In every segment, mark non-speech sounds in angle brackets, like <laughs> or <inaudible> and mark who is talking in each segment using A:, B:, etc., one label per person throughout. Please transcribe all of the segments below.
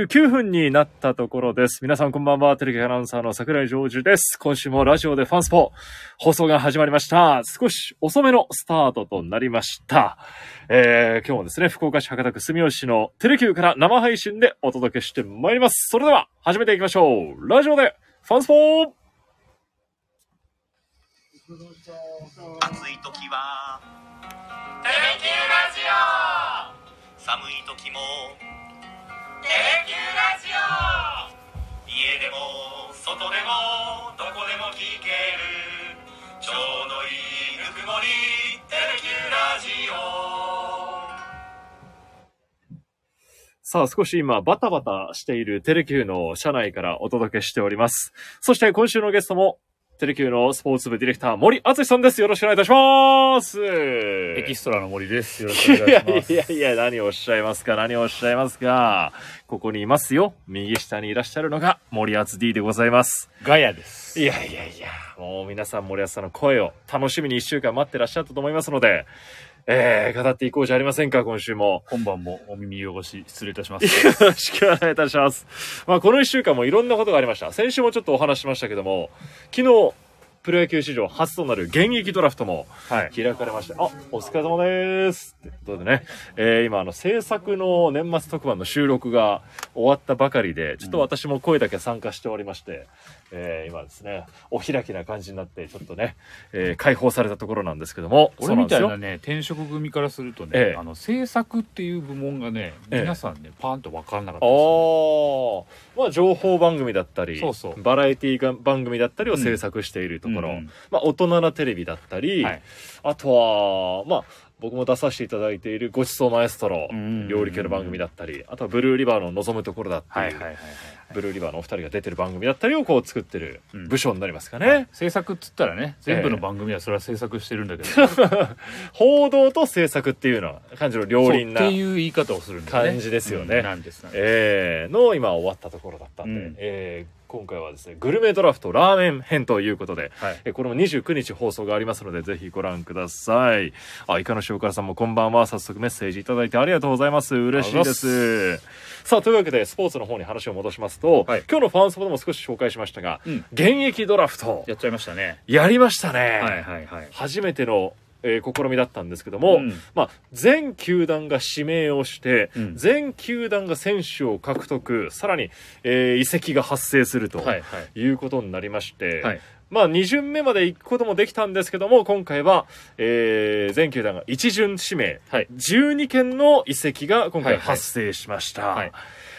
A: 9分になったところです。皆さんこんばんは。テレビアナウンサーの桜井ジョージです。今週もラジオでファンスポ放送が始まりました。少し遅めのスタートとなりました。えー、今日もですね、福岡市博多区住吉のテレキューから生配信でお届けしてまいります。それでは始めていきましょう。ラジオでファンスポ
B: 暑い時
C: テレキュ
B: は
C: ーラジオ
B: 寒い時も
C: テレキューラジオ
B: 家でも外でもどこでも聞けるちょうどいいぬくもりテレキューラジオ
A: さあ、少し今、バタバタしているテレキューの社内からお届けしております。そして、今週のゲストも、テレキューのスポーツ部ディレクター、森敦さんです。よろしくお願いいたします。
D: エ
A: エ
D: キストラの森です。よろしくお <laughs> 願いします。
A: いやいやいや、何をおっしゃいますか、何をおっしゃいますか。ここにいますよ。右下にいらっしゃるのが、森厚 D でございます。
D: ガヤです。
A: いやいやいや、もう皆さん森保さんの声を楽しみに一週間待ってらっしゃったと思いますので、えー、語っていこうじゃありませんか、今週も。
D: 今晩もお耳汚し、失礼いたします。
A: よろしくお願いいたします。まあ、この一週間もいろんなことがありました。先週もちょっとお話ししましたけども、昨日、プロ野球史上初となる現役ドラフトも
D: <laughs> はい。
A: 開かれまして、あ、お疲れ様ですってことでね、えー今、あの、制作の年末特番の収録が終わったばかりで、ちょっと私も声だけ参加しておりまして、えー今ですね、お開きな感じになって、ちょっとね、えー解放されたところなんですけども、
D: 俺みたい
A: そう
D: なん
A: で
D: ね、転職組からするとね、
A: ええ
D: あの、制作っていう部門がね、
A: ええ
D: 皆さんね、パーンと分からなか
A: す
D: ったですね。
A: よ。あーまあ、情報番組だったり、
D: そうそう
A: バラエティが番組だったりを制作しているところ、
D: うん
A: まあ、大人なテレビだったり、
D: はい
A: あとは、まあ、僕も出させていただいているごちそうマエストロ、
D: うん
A: 料理系の番組だったり、あとはブルーリバーの望むところだった
D: はいはい
A: り、
D: はいはい。
A: ブルーリバーのお二人が出てる番組だったりをこう作ってる
D: うん
A: 部署になりますかね。
D: 制作っつったらね、全部の番組はそれは制作してるんだけど、そう
A: 報道と制作っていうような感じの両輪
D: っ
A: な
D: ていう言い方をするんだよね。
A: 感じですよね
D: うんなんです。なんです
A: えーの今終わったところだったんで、
D: うん
A: えー今回はですね、グルメドラフトラーメン編ということで、
D: はい。
A: えーこれも29日放送がありますので、ぜひご覧ください。あ、イカの塩辛さんもこんばんは。早速メッセージいただいてありがとうございます。嬉しいで
D: あり
A: す。さあ、というわけで、スポーツの方に話を戻しますと、
D: はい
A: 今日のファンスポでも少し紹介しましたが、
D: うん
A: 現役ドラフト、
D: やっちゃいましたね。
A: やりましたね。
D: はいはいはい。
A: 初めての、えー試みだったんですけども、
D: うん
A: まあ、全球団が指名をして、
D: うん
A: 全球団が選手を獲得、さらに、えー移籍が発生すると。
D: はい
A: い
D: はい。
A: うことになりまして、
D: はい
A: まあ2巡目まで行くこともできたんですけども今回は、えー全球団が1巡指名、
D: はい
A: 12件の移籍が今
D: はい
A: 回
D: はい
A: 発生しました、
D: はい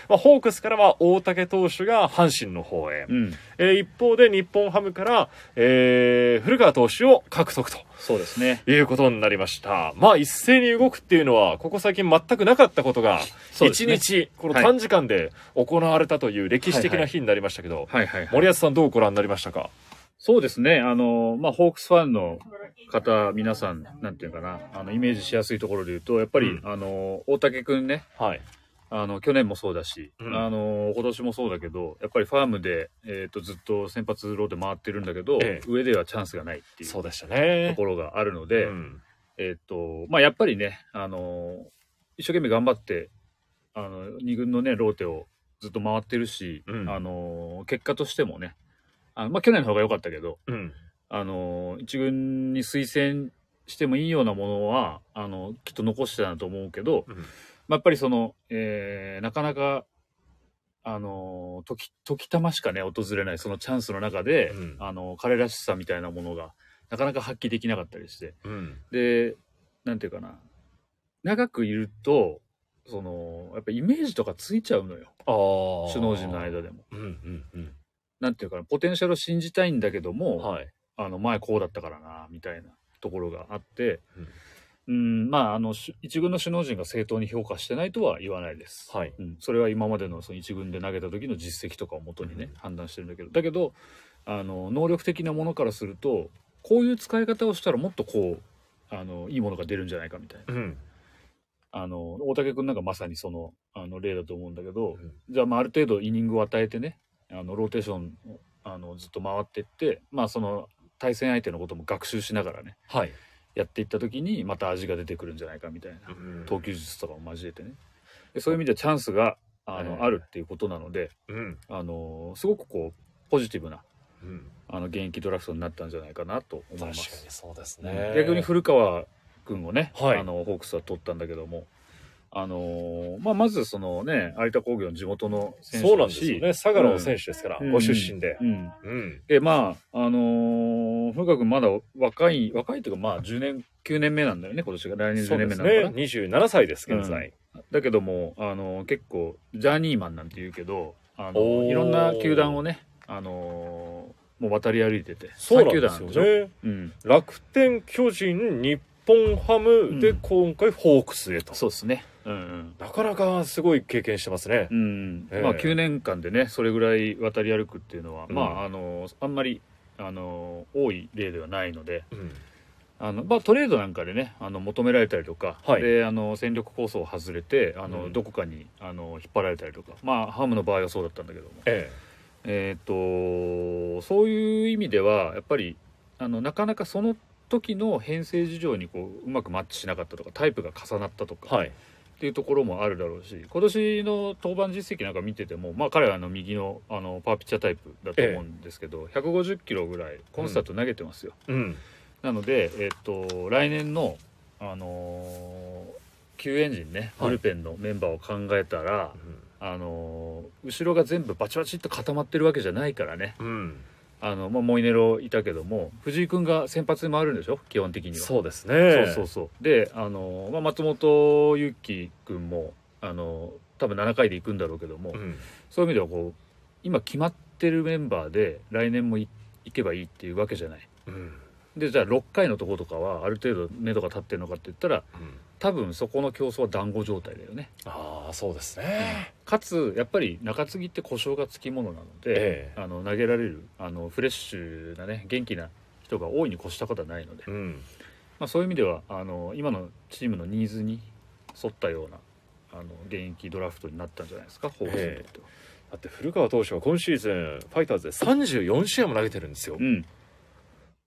A: まあ、ホークスからは大竹投手が阪神の方へ、
D: うん。
A: えー一方で日本ハムから、えー古川投手を獲得と
D: そうですね。
A: いうことになりましたまあ一斉に動くっていうのはここ最近全くなかったことが
D: そうです
A: 1
D: ね
A: 日この
D: はい
A: 短時間で行われたという歴史的
D: はい
A: な
D: はい
A: 日になりましたけど、
D: はいはいはい。
A: 森保さんどうご覧になりましたか
D: そうですね。あの、まあ、ホークスファンの方、皆さん、なんていうかな、あの、イメージしやすいところで言うと、やっぱり、
A: うん
D: あの、大竹くんね、
A: はい。
D: あの、去年もそうだし、
A: うん
D: あの、今年もそうだけど、やっぱりファームで、えっ、と、ずっと先発ローで回ってるんだけど、
A: ええ
D: 上ではチャンスがないっていう
A: そ
D: と
A: うでしたね。
D: ころがあるので、
A: うん
D: えっ、と、まあ、やっぱりね、あの、一生懸命頑張って、あの、二軍のね、ローテをずっと回ってるし、
A: うん
D: あの、結果としてもね、あのまあ、去年の方が良かったけど、
A: うん。
D: あの一軍に推薦してもいいようなものはあのきっと残してたと思うけど、
A: うん
D: まあ、やっぱりその、えーなかなかあの時時たましかね訪れないそのチャンスの中で、
A: うん
D: あの彼らしさみたいなものがなかなか発揮できなかったりして
A: うん。
D: でなんていうかな長くいるとそのやっぱイメージとかついちゃうのよ
A: ああ。
D: 首脳陣の間でも。
A: うんうんうん。
D: なんていうかなポテンシャルを信じたいんだけども、
A: はい。
D: あの前こうだったからなみたいなところがあって、
A: うん
D: うんまああのし一軍の首脳陣が正当に評価してないとは言わないです、
A: はい。
D: うん、それは今までのその一軍で投げた時の実績とかをもとにね、
A: うん
D: 判断してるんだけどだけどあの能力的なものからするとこういう使い方をしたらもっとこうあのいいものが出るんじゃないかみたいな
A: うん。
D: あの大竹君なんかまさにそのあの例だと思うんだけど、
A: うん
D: じゃあまあある程度イニングを与えてねあのローテーションをあのずっと回ってってまあその対戦相手のことも学習しながらね
A: はい。
D: やっていった時にまた味が出てくるんじゃないかみたいな投球術とかも交えてねでそういう意味でチャンスがあ
A: ええ
D: のあるっていうことなので
A: うん。
D: あのすごくこうポジティブな
A: うん。
D: あの現役ドラフトになったんじゃないかなと思い
A: 確か
D: ま
A: に
D: す。
A: そうです
D: う
A: ね
D: ん。逆に古川君をね、
A: はい
D: あのホークスは取ったんだけども、あのーまあ、まずその、ね、有田工業の地元の選手
A: そうなんで
D: だし
A: すよね。相良選手ですから、
D: うん
A: ご出身で。
D: うん
A: うん。
D: でまあ、あのー古川君まだ若い若いというか、まあ、10年9年目なんだよね今年が来年
A: そ
D: 10
A: う
D: 年
A: で
D: 目
A: す
D: な
A: ね
D: のかな、。
A: 27歳です、現在。
D: だけども、あのー結構ジャーニーマンなんて言うけど、あの
A: おー
D: いろんな球団をね、あのーもう渡り歩いてて
A: そうな
D: 三
A: ん
D: 球
A: で
D: 団
A: すよ
D: しょ
A: ね。
D: うん、
A: 楽天、巨人、日本ハムで、
D: うん
A: 今回ホークスへと。
D: そうですね、うんうん、
A: なかなかすごい経験してますね
D: う。ん
A: ええ
D: まあ、9年間でねそれぐらい渡り歩くっていうのは、
A: うん
D: まああのあんまりあの多い例ではないので
A: うん。
D: あの、まあ、トレードなんかでねあの求められたりとか、
A: はい
D: であの戦力構想を外れてあの、
A: うん
D: どこかにあの引っ張られたりとか、まあ、ハムの場合はそうだったんだけども、
A: え
D: えー、とそういう意味ではやっぱりあのなかなかその時の編成事情にこううまくマッチしなかったとかタイプが重なったとか
A: え。、はい。
D: っていうところもあるだろうし今年の登板実績なんか見てても、まあ、彼はあの右のあのパワーピッチャータイプだと思うんですけど、150キロぐらいコンスタント投げてますよ、
A: うん。
D: なので、えっと来年の、あのー救援陣ね
A: はい
D: ブルペンのメンバーを考えたら、あのー後ろが全部バチバチっと固まってるわけじゃないからね
A: うん。
D: あの、まあ、モイネロいたけども藤井君が先発に回るんでしょ基本的には。
A: そうですね。
D: そうそうそうであの、まあ、松本裕樹君もあの多分7回で行くんだろうけども、
A: うん。
D: そういう意味ではこう今決まってるメンバーで来年もい行けばいいっていうわけじゃない
A: うん。
D: でじゃあ6回のとことかはある程度目処が立ってるのかって言ったら
A: うん
D: 多分そこの競争は団子状態だよね
A: ああ、そうですね。
D: かつやっぱり中継ぎって故障がつきものなので、
A: ええ。
D: あの投げられるあのフレッシュなね元気な人が大いに越したことはないので
A: うん。
D: まあ、そういう意味ではあの今のチームのニーズに沿ったようなあの現役ドラフトになったんじゃないですかホークスにとっては。
A: だって古川投手は今シーズンファイターズで34試合も投げてるんですよ。
D: うん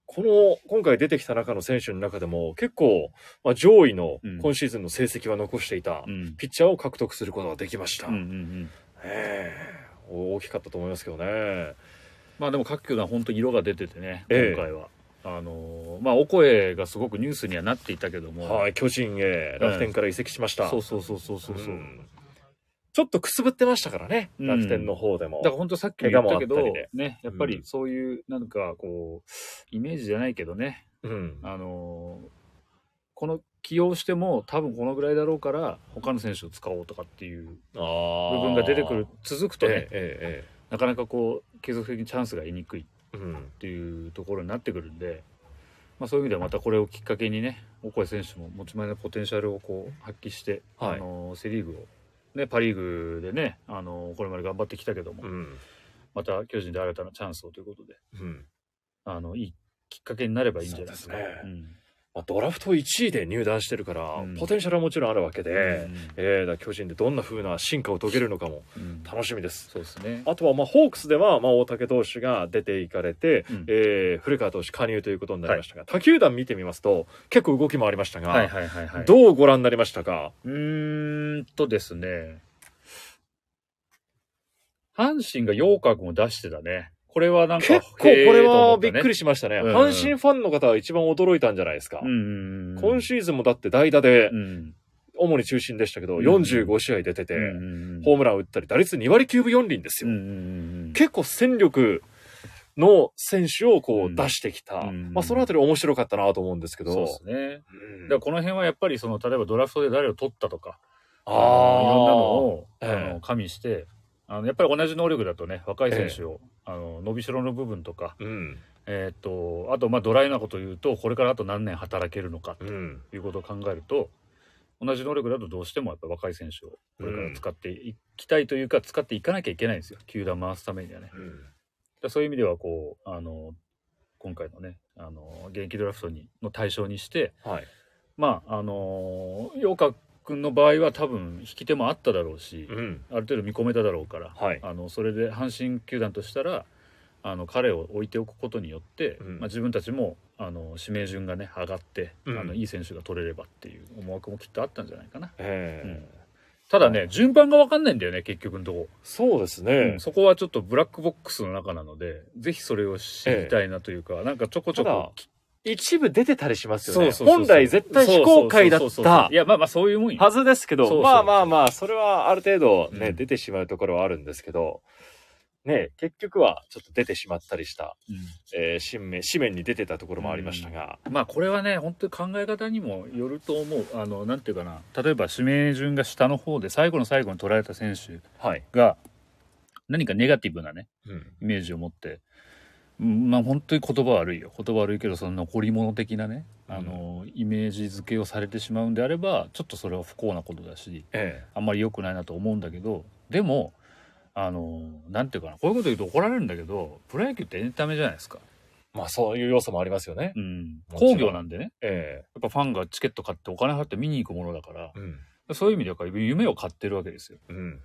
A: この今回出てきた中の選手の中でも結構、まあ、上位の
D: うん
A: 今シーズンの成績は残していた
D: うん
A: ピッチャーを獲得することができました。
D: うんうんうん、
A: ええ大きかったと思いますけどね。
D: まあでも各球団本当色が出ててね
A: ええ
D: 今回は、あのまあオコエがすごくニュースにはなっていたけども、
A: はい、巨人へ楽天から移籍しました。
D: そうそうそうそうそうそう、
A: うんちょっとくすぶってましたからね、
D: うん
A: 楽天の方でも。
D: だから本当さっきも言ったけど
A: 怪我もあったり
D: ねやっぱ
A: う
D: り
A: ん
D: そういうなんかこうイメージじゃないけどね
A: うん、
D: あのーこの起用しても多分このぐらいだろうから他の選手を使おうとかっていう部
A: 部
D: 分が出てくる続くとね、
A: ええ
D: なかなかこう継続的にチャンスが得にくいっ
A: ええええうん
D: ていうところになってくるんで、まあ、そういう意味ではまたこれをきっかけにねオコエ選手も持ち前のポテンシャルをこう発揮して、
A: はい
D: あのセ・リーグを、ね、パ・リーグでねあのこれまで頑張ってきたけども、
A: うん
D: また巨人で新たなチャンスをということで
A: うん
D: あのいいきっかけになればいいんじゃないですか。
A: そうですね
D: うん
A: まあ、ドラフト1位で入団してるから、
D: うん
A: ポテンシャルはもちろんあるわけで、
D: うん
A: えーだから巨人でどんな風な進化を遂げるのかも
D: うん
A: 楽しみです。
D: そうですね。
A: あとは、まあ、ホークスでは、まあ、大竹投手が出ていかれて、
D: うん
A: えー古川投手加入ということになりましたが、他球団見てみますと、結構動きもありましたが、
D: はいはいはいはい。
A: どうご覧になりましたか
D: うーんとですね。阪神が陽川君を出してたね。これはなんか、
A: 結構これはびっく
D: し
A: りしましたね。
D: うん
A: 阪神ファンの方は一番驚いたんじゃないですか。
D: うん。
A: 今シーズンもだって代打で
D: う、ん、
A: 主に中心でしたけど、
D: うん
A: 45試合出てて、
D: うん
A: ホームラン打ったり、打率2割9分4厘です
D: う
A: よ。
D: んうんうん
A: 結構戦力の選手をこ
D: う
A: うん出してきた。
D: うん
A: まあそのあたり面白かったなと思うんですけど。
D: そうですね。
A: うん
D: だからこの辺はやっぱりその例えばドラフトで誰を取ったとか、
A: あ
D: いろんなのを、
A: ええ
D: あの加味して、あのやっぱり同じ能力だとね若い選手を、あの伸びしろの部分とか、
A: ーうん。
D: えーっとあとまあドライなこと言うとこれからあと何年働けるのか
A: うん。
D: ということを考えると同じ能力だとどうしてもやっぱ若い選手をこれから使っていきたいというか、使っていかなきゃいけないんですよ球団回すためにはね。だか
A: うん
D: らそういう意味ではこうあの今回のねあの現役ドラフトにの対象にして
A: はい。
D: まああの陽川君の場合は多分引き手もあっただろうし、
A: うん。
D: ある程度見込めただろうから、
A: はい
D: あのそれで阪神球団としたらあの彼を置いておくことによって、
A: うん
D: まあ、自分たちもあの指名順がね上がって、
A: うん
D: あのいい選手が取れればっていう思惑もきっとあったんじゃないかな。
A: ええ
D: うんただね、順番がわかんないんだよね、結局のとこ。
A: そうです
D: う
A: ね
D: ん。そこはちょっとブラックボックスの中なので、ぜひそれを知りたいなというか、なんかちょこちょ
A: ただ
D: こ。、
A: 一部出てたりしますよ
D: そう
A: ね。
D: そうそうそう
A: 本来絶対非公開だっ
D: そうそうそうそ
A: た
D: ういや、まあまあそういうもんよ
A: はずですけど、
D: そうそう
A: まあまあまあ、それはある程度ね、
D: うん
A: 出てしまうところはあるんですけど、ね、結局はちょっと出てしまったりした、
D: うん
A: えー、新面、紙面に出てたところもありましたが、
D: まあこれはね、本当に考え方にもよると思う。あの、なんていうかな、例えば指名順が下の方で最後の最後に取られた選手
A: はい。
D: が、何かネガティブなね、
A: うん。
D: イメージを持って、うんまあ本当に言葉悪いよ言葉悪いけどその残り物的なね、あのイメージ付けをされてしまうんであればちょっとそれは不幸なことだし
A: え
D: あんまり良くないなと思うんだけどでもあのなんていうかなこういうこと言うと怒られるんだけどプロ野球ってエンタメじゃないですか、
A: えまあそういう要素もありますよね。
D: うん、
A: もちろん
D: 工業なんでね
A: え
D: やっぱファンがチケット買ってお金払って見に行くものだから
A: えうん。
D: そういう意味では夢を買ってるわけですよ
A: うん。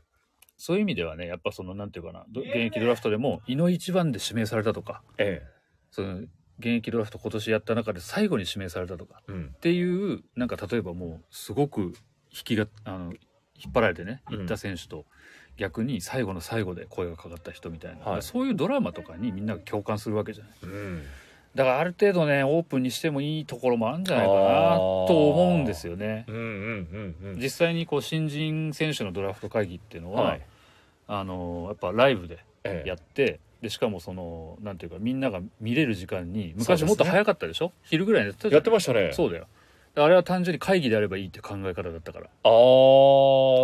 D: そういう意味ではねやっぱそのなんていうかなど現役ドラフトでも井の一番で指名されたとか
A: え
D: その現役ドラフト今年やった中で最後に指名されたとか
A: えうん
D: っ。ていうなんか例えばもうすごく引きがあの引っ張られてね
A: うん
D: 行った選手と、逆に最後の最後で声がかかった人みたいな、
A: はい
D: そういうドラマとかにみんなが共感するわけじゃない
A: うん。
D: だからある程度ねオープンにしてもいいところもあるんじゃないかな
A: あー
D: と思うんですよね
A: うんうんうんうん。
D: 実際にこう新人選手のドラフト会議っていうのは、
A: はい。
D: あのやっぱライブで
A: ええ
D: やってでしかもそのなんていうかみんなが見れる時間
A: そう
D: に
A: で
D: 昔
A: すね
D: もっと早かったでしょ昼ぐらいにやってたじゃ
A: や
D: ん
A: ってましたね。
D: そうだよあれは単純に会議であればいいって考え方だったから
A: ああ、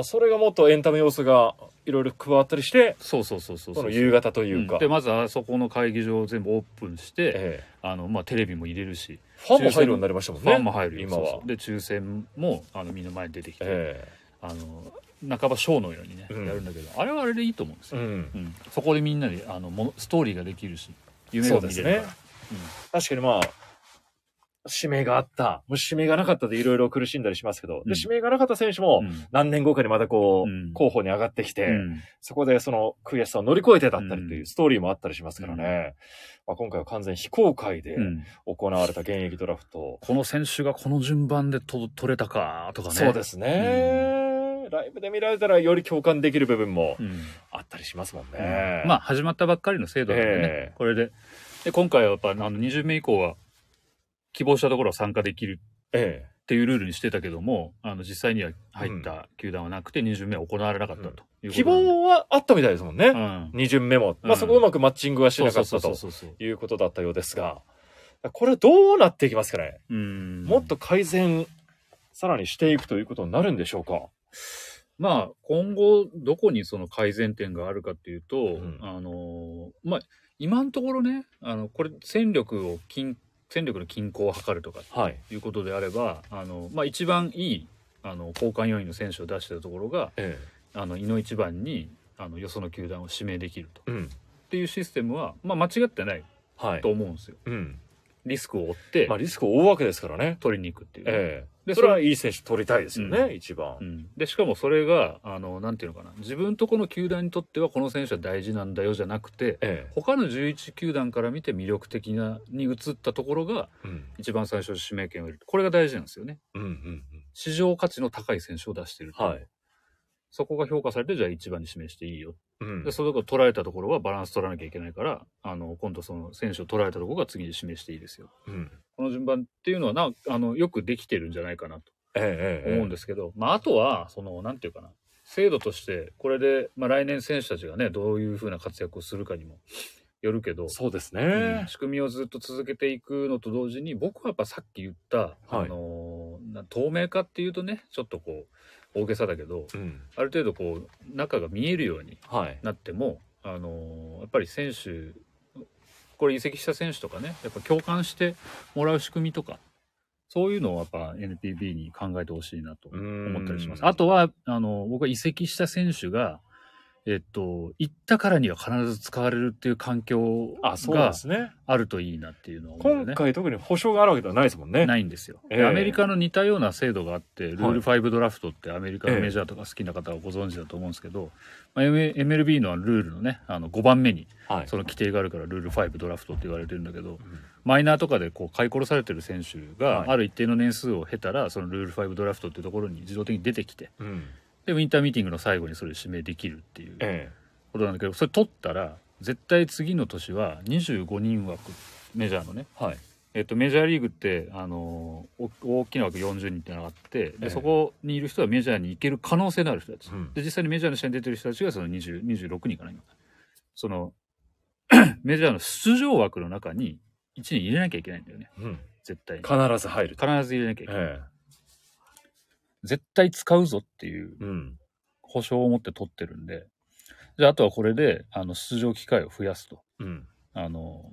A: それがもっとエンタメ要素がいろいろ加わったりして、
D: そうそうそうそう
A: そ
D: そ
A: の
D: う
A: 夕方という
D: う
A: か。
D: んでまずあそこの会議場を全部オープンして、
A: え
D: あのまあ、テレビも入れるし
A: えファンも入るようになりましたもん
D: フ
A: ね。
D: ァンも入るよ
A: 今は。
D: そうそうで抽選もあのみんな前に出てきて、
A: え
D: あの半ばショーのようにね、
A: うん
D: やるんだけどあれはあれでいいと思うんです
A: え
D: よ、
A: うん。
D: うんそこでみんなであのものストーリーができるし夢
A: そ
D: が
A: うで
D: 見
A: す
D: れる
A: ね
D: から。
A: 確かにまあ、指名があった。もう指名がなかったでいろいろ苦しんだりしますけど、
D: うん
A: で、指名がなかった選手も、何年後かにまたこう、
D: うん
A: 候補に上がってきて、
D: うんうん
A: そこでその悔しさを乗り越えてだったりといううんストーリーもあったりしますからね。まあ、今回は完全非公開で
D: うん
A: 行われた現役ドラフト。
D: この選手がこの順番でと取れたかとかね
A: そうで、すね、ライブで見られたらより共感できる部分も
D: うん
A: あったりしますもんね。
D: まあ始まったばっかりの制度なんでね、
A: ええ
D: これでで今回はやっぱあの20名以降は希望したところは参加できる
A: ええ。
D: っていうルールにしてたけどもあの実際には入った球団はなくて20名は行われなかったというこ
A: 希
D: となんで、
A: 望はあったみたいですもんね。
D: うん、
A: 二巡目も。ま
D: う
A: あ
D: ん
A: そこうまくマッチングはし
D: そう
A: な
D: そ
A: か
D: う
A: っ
D: そ
A: た
D: うそう
A: と
D: そうそう
A: いうことだったようですが、これどうなっていきますかね、
D: うん
A: もっと改善、さらにしていくということになるんでしょうか
D: まあ今後どこにその改善点があるかっていうと、
A: ん
D: あのーまあ今のところねあのこれ戦力を均戦力の均衡を図るとか
A: はい。
D: いうことであればあの、まあ、一番いいあの交換要員の選手を出してるところが
A: え
D: あの井の一番にあのよその球団を指名できると
A: え。うん。
D: っていうシステムは、まあ、間違ってない
A: はい
D: と。思うんですよ。
A: うん。
D: リスクを負って
A: まあリスクを負うわけですからね。
D: 取りに行くっていうね、
A: ええ。
D: で
A: それはいい選手取りたいですよね、
D: う
A: 一番
D: う。ん、でしかもそれがあのなんていうのかな自分とこの球団にとってはこの選手は大事なんだよじゃなくて
A: え
D: 他の11球団から見て魅力的なに移ったところが
A: え。うん。
D: 一番最初に指名権を得るこれが大事なんですよね
A: うんうん
D: 市場価値の高い選手を出している
A: うん。はい。
D: そこが評価されてじゃあ一番に指名していいよ
A: うん
D: で。それが捉えたところはバランス取らなきゃいけないからあの今度その選手を捉えたところが次に指名していいですよ
A: うん
D: この順番っていうのはなあのよくできてるんじゃないかなと
A: ええええ。
D: 思うんですけど、まあ、あとはそのなんていうかな制度としてこれで、まあ、来年選手たちがねどういうふうな活躍をするかにもよるけど、
A: そうです
D: うん
A: ね。
D: 仕組みをずっと続けていくのと同時に僕はやっぱさっき言った、あのーな透明化っていうとねちょっとこう大げさだけど
A: うん。
D: ある程度こう中が見えるように
A: はい。
D: なっても、あのーやっぱり選手これ移籍した選手とかねやっぱ共感してもらう仕組みとかそういうのをやっぱ NPB に考えてほしいなと思ったりします。あとはあの僕は移籍した選手がえっと行ったからには必ず使われるっていう環境
A: あ、そうで
D: が
A: すね。
D: あるといいなっていうのは思うん
A: 今
D: だよね。
A: 回特に保証があるわけではないですもんね。
D: ないんですよ、
A: ええ
D: アメリカの似たような制度があってルー
A: はい
D: ル5ドラフトってアメリカのメジャーとか好きな方はご存知だと思うんですけど、まあ M- MLB のルールのねあの5番目に
A: はい。
D: その規定があるからルール5ドラフトって言われてるんだけどマイナーとかでこう買い殺されてる選手
A: はい
D: がある一定の年数を経たらそのルール5ドラフトっていうところに自動的に出てきて
A: うん。
D: でウィンターミーティングの最後にそれ指名できるっていう
A: え
D: ことなんだけどそれ取ったら絶対次の年は25人枠メジャーのね、
A: え。はい。
D: えっと、メジャーリーグって、あのーお大きな枠40人ってのがあってで、
A: ええ
D: そこにいる人はメジャーに行ける可能性のある人たち、
A: うん
D: で実際にメジャーの試合に出てる人たちがその20 26人かな今その <clears throat> メジャーの出場枠の中に1人入れなきゃいけないんだよね
A: うん。
D: 絶対に
A: 必ず入ると。
D: 必ず入れなきゃいけない、
A: え
D: 絶対使うぞっていう
A: え。うん。
D: 保証を持って取ってるんで、じゃあ、あとはこれで、あの、出場機会を増やすと。
A: うん。
D: あの、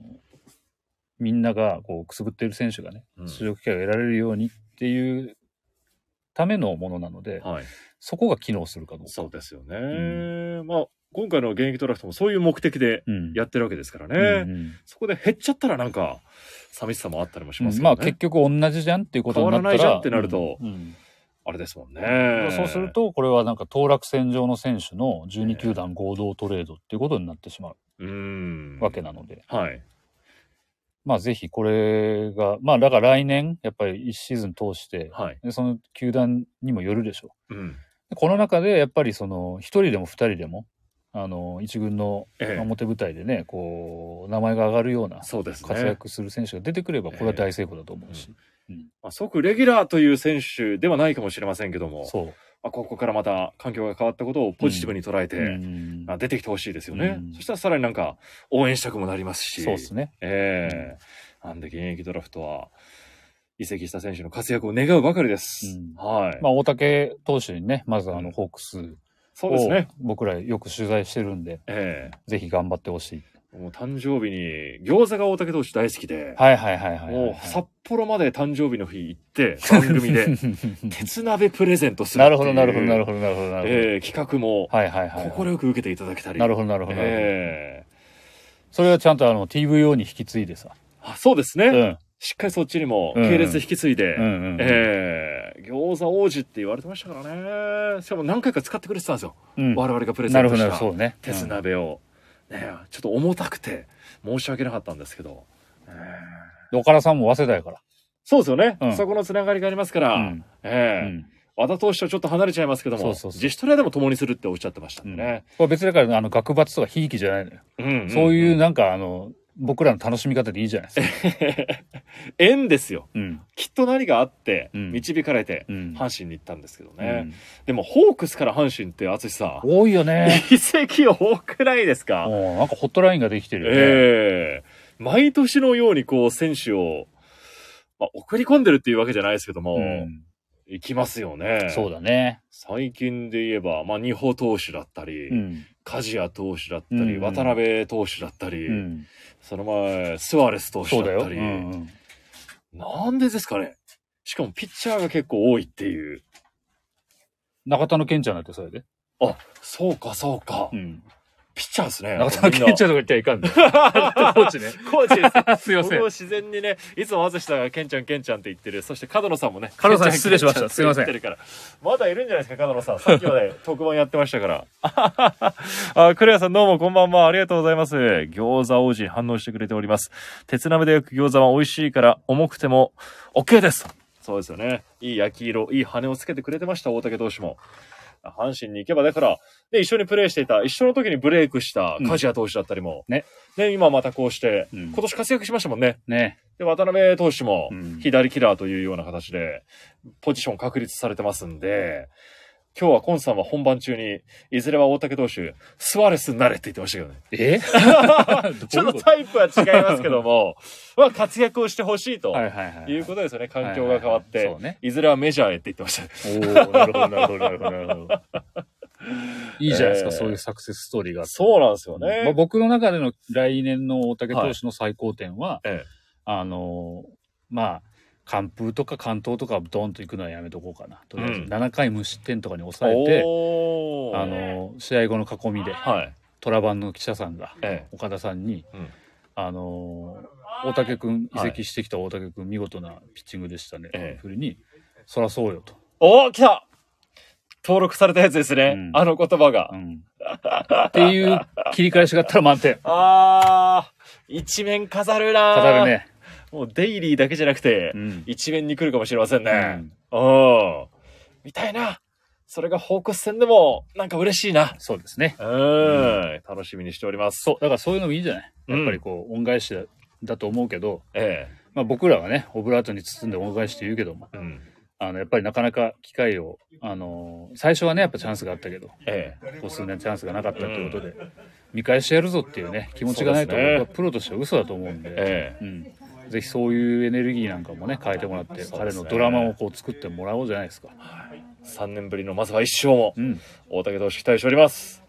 D: みんなが、こう、くすぶっている選手がね、
A: うん
D: 出場機会を得られるようにっていうためのものなので、
A: はい。
D: そこが機能するかどうか。
A: そうですよね。まあ、今回の現役ドラフトもそういう目的で
D: うん。
A: やってるわけですからね。
D: うんうん
A: そこで減っちゃったらなんか、寂しさもあったりもし
D: うん
A: ますけ
D: ま
A: ど
D: あ、
A: ね
D: 結。局同じじゃんっていうことになったら。
A: 変わらないじゃんってなると
D: うんうん
A: あれですもんね。
D: そうする、と、これはなんか、当落戦上の選手の12球団合同トレードっていうことになってしまう
A: うん。
D: わけなので。
A: はい。
D: まあぜひこれが、まあだから来年、やっぱり1シーズン通して、
A: はい。
D: でその球団にもよるでしょう。
A: うん。
D: でこの中でやっぱりその1人でも2人でも、あの、一軍の
A: ええ。
D: 表舞台でね、こう、名前が上がるような
A: そうですね。
D: 活躍する選手が出てくれば、これは大成功だと思うし。
A: まあ、即レギュラーという選手ではないかもしれませんけども、
D: そう。
A: まあ、ここからまた環境が変わったことをポジティブに捉えて、
D: うん
A: まあ、出てきてほしいですよね、
D: うん
A: そしたらさらになんか応援したくもなりますし
D: そうですね。
A: ええなんで現役ドラフトは移籍した選手の活躍を願うばかりです、
D: うん
A: はい、
D: まあ大竹投手にね、まずあ
A: うん
D: の、ホークス
A: そうです
D: を
A: ね
D: 僕らよく取材してるんで、
A: え
D: ぜひ頑張ってほしい。
A: えもう誕生日に餃子が大竹投手大好きで、
D: はいはいはいはいはいはい。
A: もう札幌まで誕生日の日行って番組
D: <laughs>
A: で鉄鍋プレゼントするっ
D: な
A: てい
D: る
A: う
D: ほど、なるほど、なるほど、なるほど、なるほど。
A: ええ企画も
D: はいはいはい。
A: 快、く受けていただけたり
D: なるほど、なるほど。なるほど
A: ええ
D: それはちゃんとあの TVO に引き継いでさ。
A: あそうですね、
D: うん。
A: しっかりそっちにも
D: うん
A: 系列引き継いで、
D: うんうん。
A: ええ餃子王子って言われてましたからねしかも何回か使ってくれてたんですよ、
D: うん
A: 我々がプレゼ
D: な
A: ン
D: る
A: ト
D: ほど、な
A: し
D: るほど、そ
A: た
D: うね。
A: 鉄鍋を、ね、ちょっと重たくて申し訳なかったんですけど、ええ
D: うん。岡田さんも早稲田やから。
A: そうですよね、
D: うん
A: そこのつながりがありますから、
D: うんう
A: ええ
D: ん。
A: 和田投手とはちょっと離れちゃいますけども
D: そうそうそう
A: 自主トレでも共にするっておっしゃってました
D: うんん
A: でね、
D: これ別だから、あの、学罰とかひいきじゃないのよ。
A: うんん
D: そういう、
A: ん
D: なんか、あの、僕らの楽しみ方でいいじゃないですか。
A: 縁ですよ
D: うん。
A: きっと何があって
D: うん
A: 導かれて
D: うん。
A: 阪神に行ったんですけどね、
D: うん
A: でもホークスから阪神って淳さ
D: <laughs>
A: ん
D: 多いよね。
A: 移籍多くないですか、
D: もう、なんかホットラインができてるよね。
A: ええ毎年のようにこう選手を、まあ、送り込んでるっていうわけじゃないですけども、
D: うん
A: 行きますよね
D: そうだね。
A: 最近で言えば、まあ、二保投手だったり、
D: うん。
A: 梶谷投手だった
D: うん
A: り、
D: うん
A: 渡辺投手だったり、
D: うん。
A: その前スアレス投手
D: そうだ
A: だっ
D: よ。
A: た
D: う
A: り、
D: んうん。
A: なんでですかねしかもピッチャーが結構多いっていう
D: 中田の健ちゃんだってそれで。
A: あそうかそうか、
D: うん。
A: ピッチャーですね
D: 中田の健ちゃんとか言ってはいかんね。 <laughs> コーチね。
A: コーチです
D: すいませ
A: 僕
D: ん
A: も。自然にね、いつも淳さんがケンちゃんケンちゃんって言ってる。そして角野さんもね。
D: 角野さん
A: ケンち
D: 失
A: ゃ
D: 礼しました
A: ケンちゃって
D: すいませ
A: 言
D: ん
A: ってるからまだいるんじゃないですか、角野さん。さっきまで特番やってましたから。 <laughs> あ、クレアさんどうもこんばんは。ありがとうございます。餃子王子に反応してくれております。鉄鍋で焼く餃子は美味しいから重くても OK です。そうですよね。いい焼き色、いい羽をつけてくれてました、大竹投手も。阪神に行けば、だから、ね、一緒にプレーしていた、一緒の時にブレイクした梶谷投手だったりも、
D: うんね
A: ね、今またこうして、
D: うん
A: 今年活躍しましたもんね。
D: ね。
A: で、渡辺投手も
D: うん
A: 左キラーというような形で、ポジション確立されてますんで、今日はコンさんは本番中に、いずれは大竹投手、スワレスになれって言ってましたけ
D: <laughs>
A: どね。
D: え
A: ちょっとタイプは違いますけど
D: <laughs>
A: も、まあ活躍をしてほしいと。
D: はいはいはい。
A: いうことですよね。環境が変わって、
D: はい
A: い
D: はいはいそうね
A: ずれはメジャーへって言ってましたね。
D: おーなるほど、なるほど、なるほど、なるほど。 <laughs> いいじゃないですか、
A: えー
D: そういうサクセスストーリーがあって。
A: そうなんですよ
D: まあ、
A: ね。
D: 僕の中での来年の大竹投手の最高点は、
A: ええ
D: あのーまあ、完封とか関東とかドンと行くのはやめとこうかな。とりあえず、
A: うん
D: 7回無失点とかに抑えて、
A: おー
D: あのー試合後の囲みで、
A: はい。
D: トラバンの記者さんが、
A: え
D: 岡田さんに、
A: うん
D: あのー大竹君移
A: はい
D: 籍してきた大竹君、見事なピッチングでしたね、
A: ええ
D: ふりに「そらそうよ」と、
A: おー来た登録されたやつですね。
D: うん
A: あの言葉が
D: う。ん、っていう切り返しがあったら満点
A: あー、一面飾るなー
D: 飾る。ね、
A: もうデイリーだけじゃなくて、
D: うん
A: 一面に来るかもしれませんね。
D: うん
A: うん。みたいな。それがホークス戦でも、なんか嬉しいな。
D: そうですね。
A: うん、楽しみにしております。
D: そう、だからそういうのもいいんじゃない
A: うん
D: やっぱりこう、恩返しだだと思うけど、
A: え
D: まあ僕らはね、オブラートに包んで恩返しって言うけども、
A: えうん。
D: あの、やっぱりなかなか機会を、あのー最初はね、やっぱチャンスがあったけど、
A: ええ
D: ここ数年チャンスがなかったということで、見返してやるぞっていうね、気持ちがないと、
A: そうですね
D: 僕はプロとしては嘘だと思うんで、
A: え
D: うん、ぜひそういうエネルギーなんかもね変えてもらって、
A: そうで
D: 彼
A: すね
D: のドラマをこう作ってもらおうじゃないですか、
A: え3年ぶりのまずは1勝も
D: う、ん、
A: 大竹投手期待しております。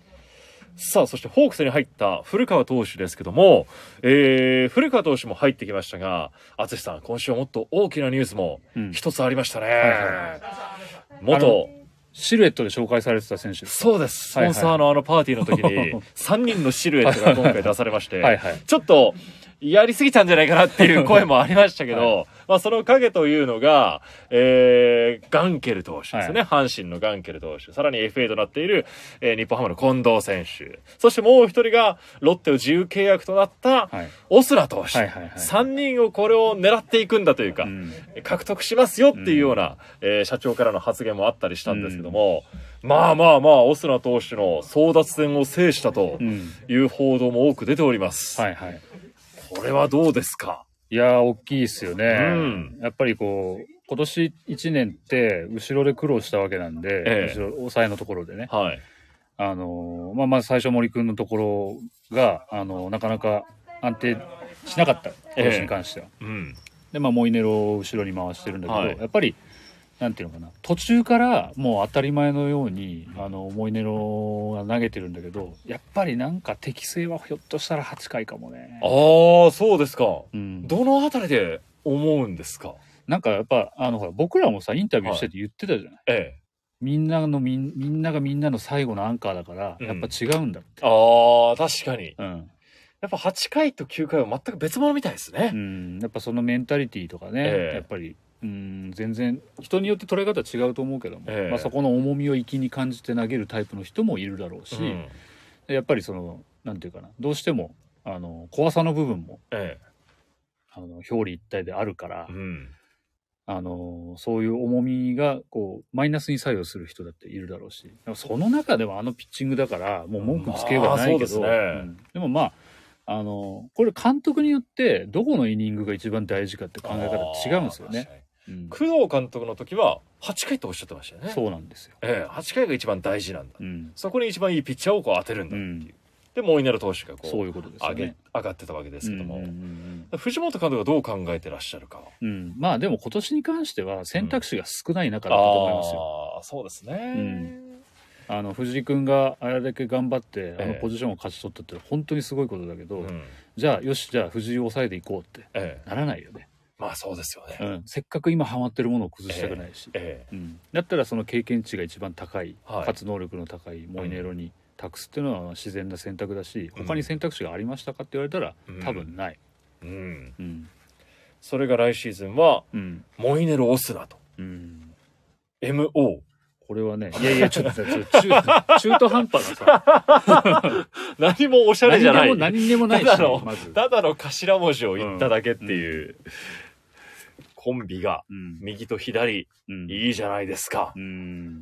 A: さあ、そしてホークスに入った古川投手ですけども、えー、古川投手も入ってきましたが、淳さん、今週はもっと大きなニュースも
D: うん
A: 一つありましたね。
D: はあ
A: 元
D: の、シルエットで紹介されてた選手です
A: そうです。スポンサーのあのパーティーの時
D: <laughs>
A: に、3人のシルエットが今回出されまして、
D: はいはい
A: ちょっと、やりすぎたんじゃないかなっていう声もありましたけど、まあその影というのが、えー、ガンケル投手ですね、阪神のガンケル投手、さらに FA となっている、えー日本ハムの近藤選手、そしてもう一人がロッテを自由契約となった
D: はい
A: オスナ投手、
D: はいはいはい
A: 3人をこれを狙っていくんだというか、
D: うん
A: 獲得しますよっていうような、えー社長からの発言もあったりしたんですけども、まあまあまあ、オスナ投手の争奪戦を制したと
D: うん
A: いう報道も多く出ております。
D: はいはい
A: これはどうですか
D: いやー大きいですよね、
A: うん
D: やっぱりこう今年1年って後ろで苦労したわけなんで、
A: ええ
D: 後ろ抑えのところでね
A: はい。
D: あのーまあまず最初森君のところが、あのーなかなか安定しなかった
A: ええ
D: 投手に関しては、
A: うん。
D: でまあモイネロを後ろに回してるんだけど、
A: はい
D: やっぱりなんていうのかな途中からもう当たり前のようにあのモイネロが投げてるんだけどやっぱりなんか適性はひょっとしたら8回かもね
A: あ、あ、そうですか。
D: うん、
A: どのあたりで思うんですか
D: なんかやっぱあのほら僕らもさインタビューしてて言ってたじゃない、
A: ええ。
D: みんなのみんみんながみんなの最後のアンカーだからやっぱ違うんだって、
A: ああ、確かに。
D: うん
A: やっぱ8回と9回は全く別物みたいですね。
D: うん、やっぱそのメンタリティーとかね、
A: ええ
D: やっぱりうん全然人によって捉え方は違うと思うけども、
A: ええ
D: まあ、そこの重みを粋に感じて投げるタイプの人もいるだろうし、
A: うん
D: でやっぱりそのなんていうかなどうしてもあの怖さの部分も
A: え
D: あの表裏一体であるから、
A: え。うん。
D: あのそういう重みがこうマイナスに作用する人だっているだろうしだからその中ではあのピッチングだからもう文句つけようがない
A: まあ
D: けど、
A: そうですね
D: んでもまああのこれ監督によってどこのイニングが一番大事かって考え方違うんですよね。う
A: あ
D: ん
A: ー。確かに工藤監督の時は8回とおっしゃってましたよね。
D: そうなんですよ。
A: ええ、8回が一番大事なんだ。
D: うん、
A: そこに一番いいピッチャーをこう当てるんだっていう。で、モイネロ投手がこう、
D: そういうことですよ
A: 上げ
D: ね。
A: 上がってたわけですけども、
D: うんうんうん
A: 藤本監督がどう考えてらっしゃるかは。
D: うんうんまあでも今年に関しては選択肢が少ない中だったと思いますよ。
A: ああ、そうですね。
D: んあの藤井君があれだけ頑張ってあの
A: ええ
D: ポジションを勝ち取ったって本当にすごいことだけど、
A: うん
D: じゃあよしじゃあ藤井を抑えていこうって
A: ええ、
D: ならないよね。
A: まあそうですよね。
D: うん、せっかく今ハマってるものを崩したくないし、
A: ええ、
D: うん、だったらその経験値が一番高い、
A: はい
D: かつ能力の高いモイネロに託すっていうのは自然な選択だし、
A: うん
D: 他に選択肢がありましたかって言われたら、
A: うん
D: 多分ない。
A: うん。
D: うん
A: それが来シーズンは、
D: うん
A: モイネル・オスナと。
D: うん、
A: MO。
D: これはね、 <laughs> いやいや、ちょっと、ちょっと中中途半端
A: <laughs>
D: なさ、
A: 何もおしゃれ
D: 何
A: じ
D: で
A: ゃな
D: も
A: い。
D: 何でもないし、
A: ただの
D: まず、
A: ただの頭文字を言っただけっていう、コンビが
D: うん
A: 右と左、
D: うん
A: いいじゃないですか。
D: うん、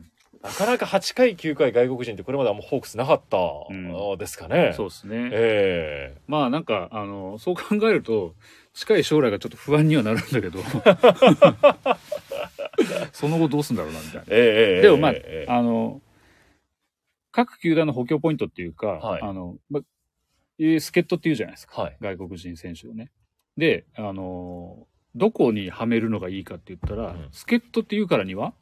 A: なかなか8回、9回外国人ってこれまであんまホークスなかった、
D: ん
A: ですかね。
D: そうですね。
A: ええ
D: まあなんか、あの、そう考えると、近い将来がちょっと不安にはなるんだけど、 <laughs> その後どうすんだろうな、みたいな。
A: ええええ
D: でもまあ
A: ええ
D: あの、各球団の補強ポイントっていうか、
A: はい
D: あの、ま、えー助っ人っていうじゃないですか。
A: はい。
D: 外国人選手をね。で、あの、どこにはめるのがいいかって言ったら、
A: うん
D: 助っ人っていうからには、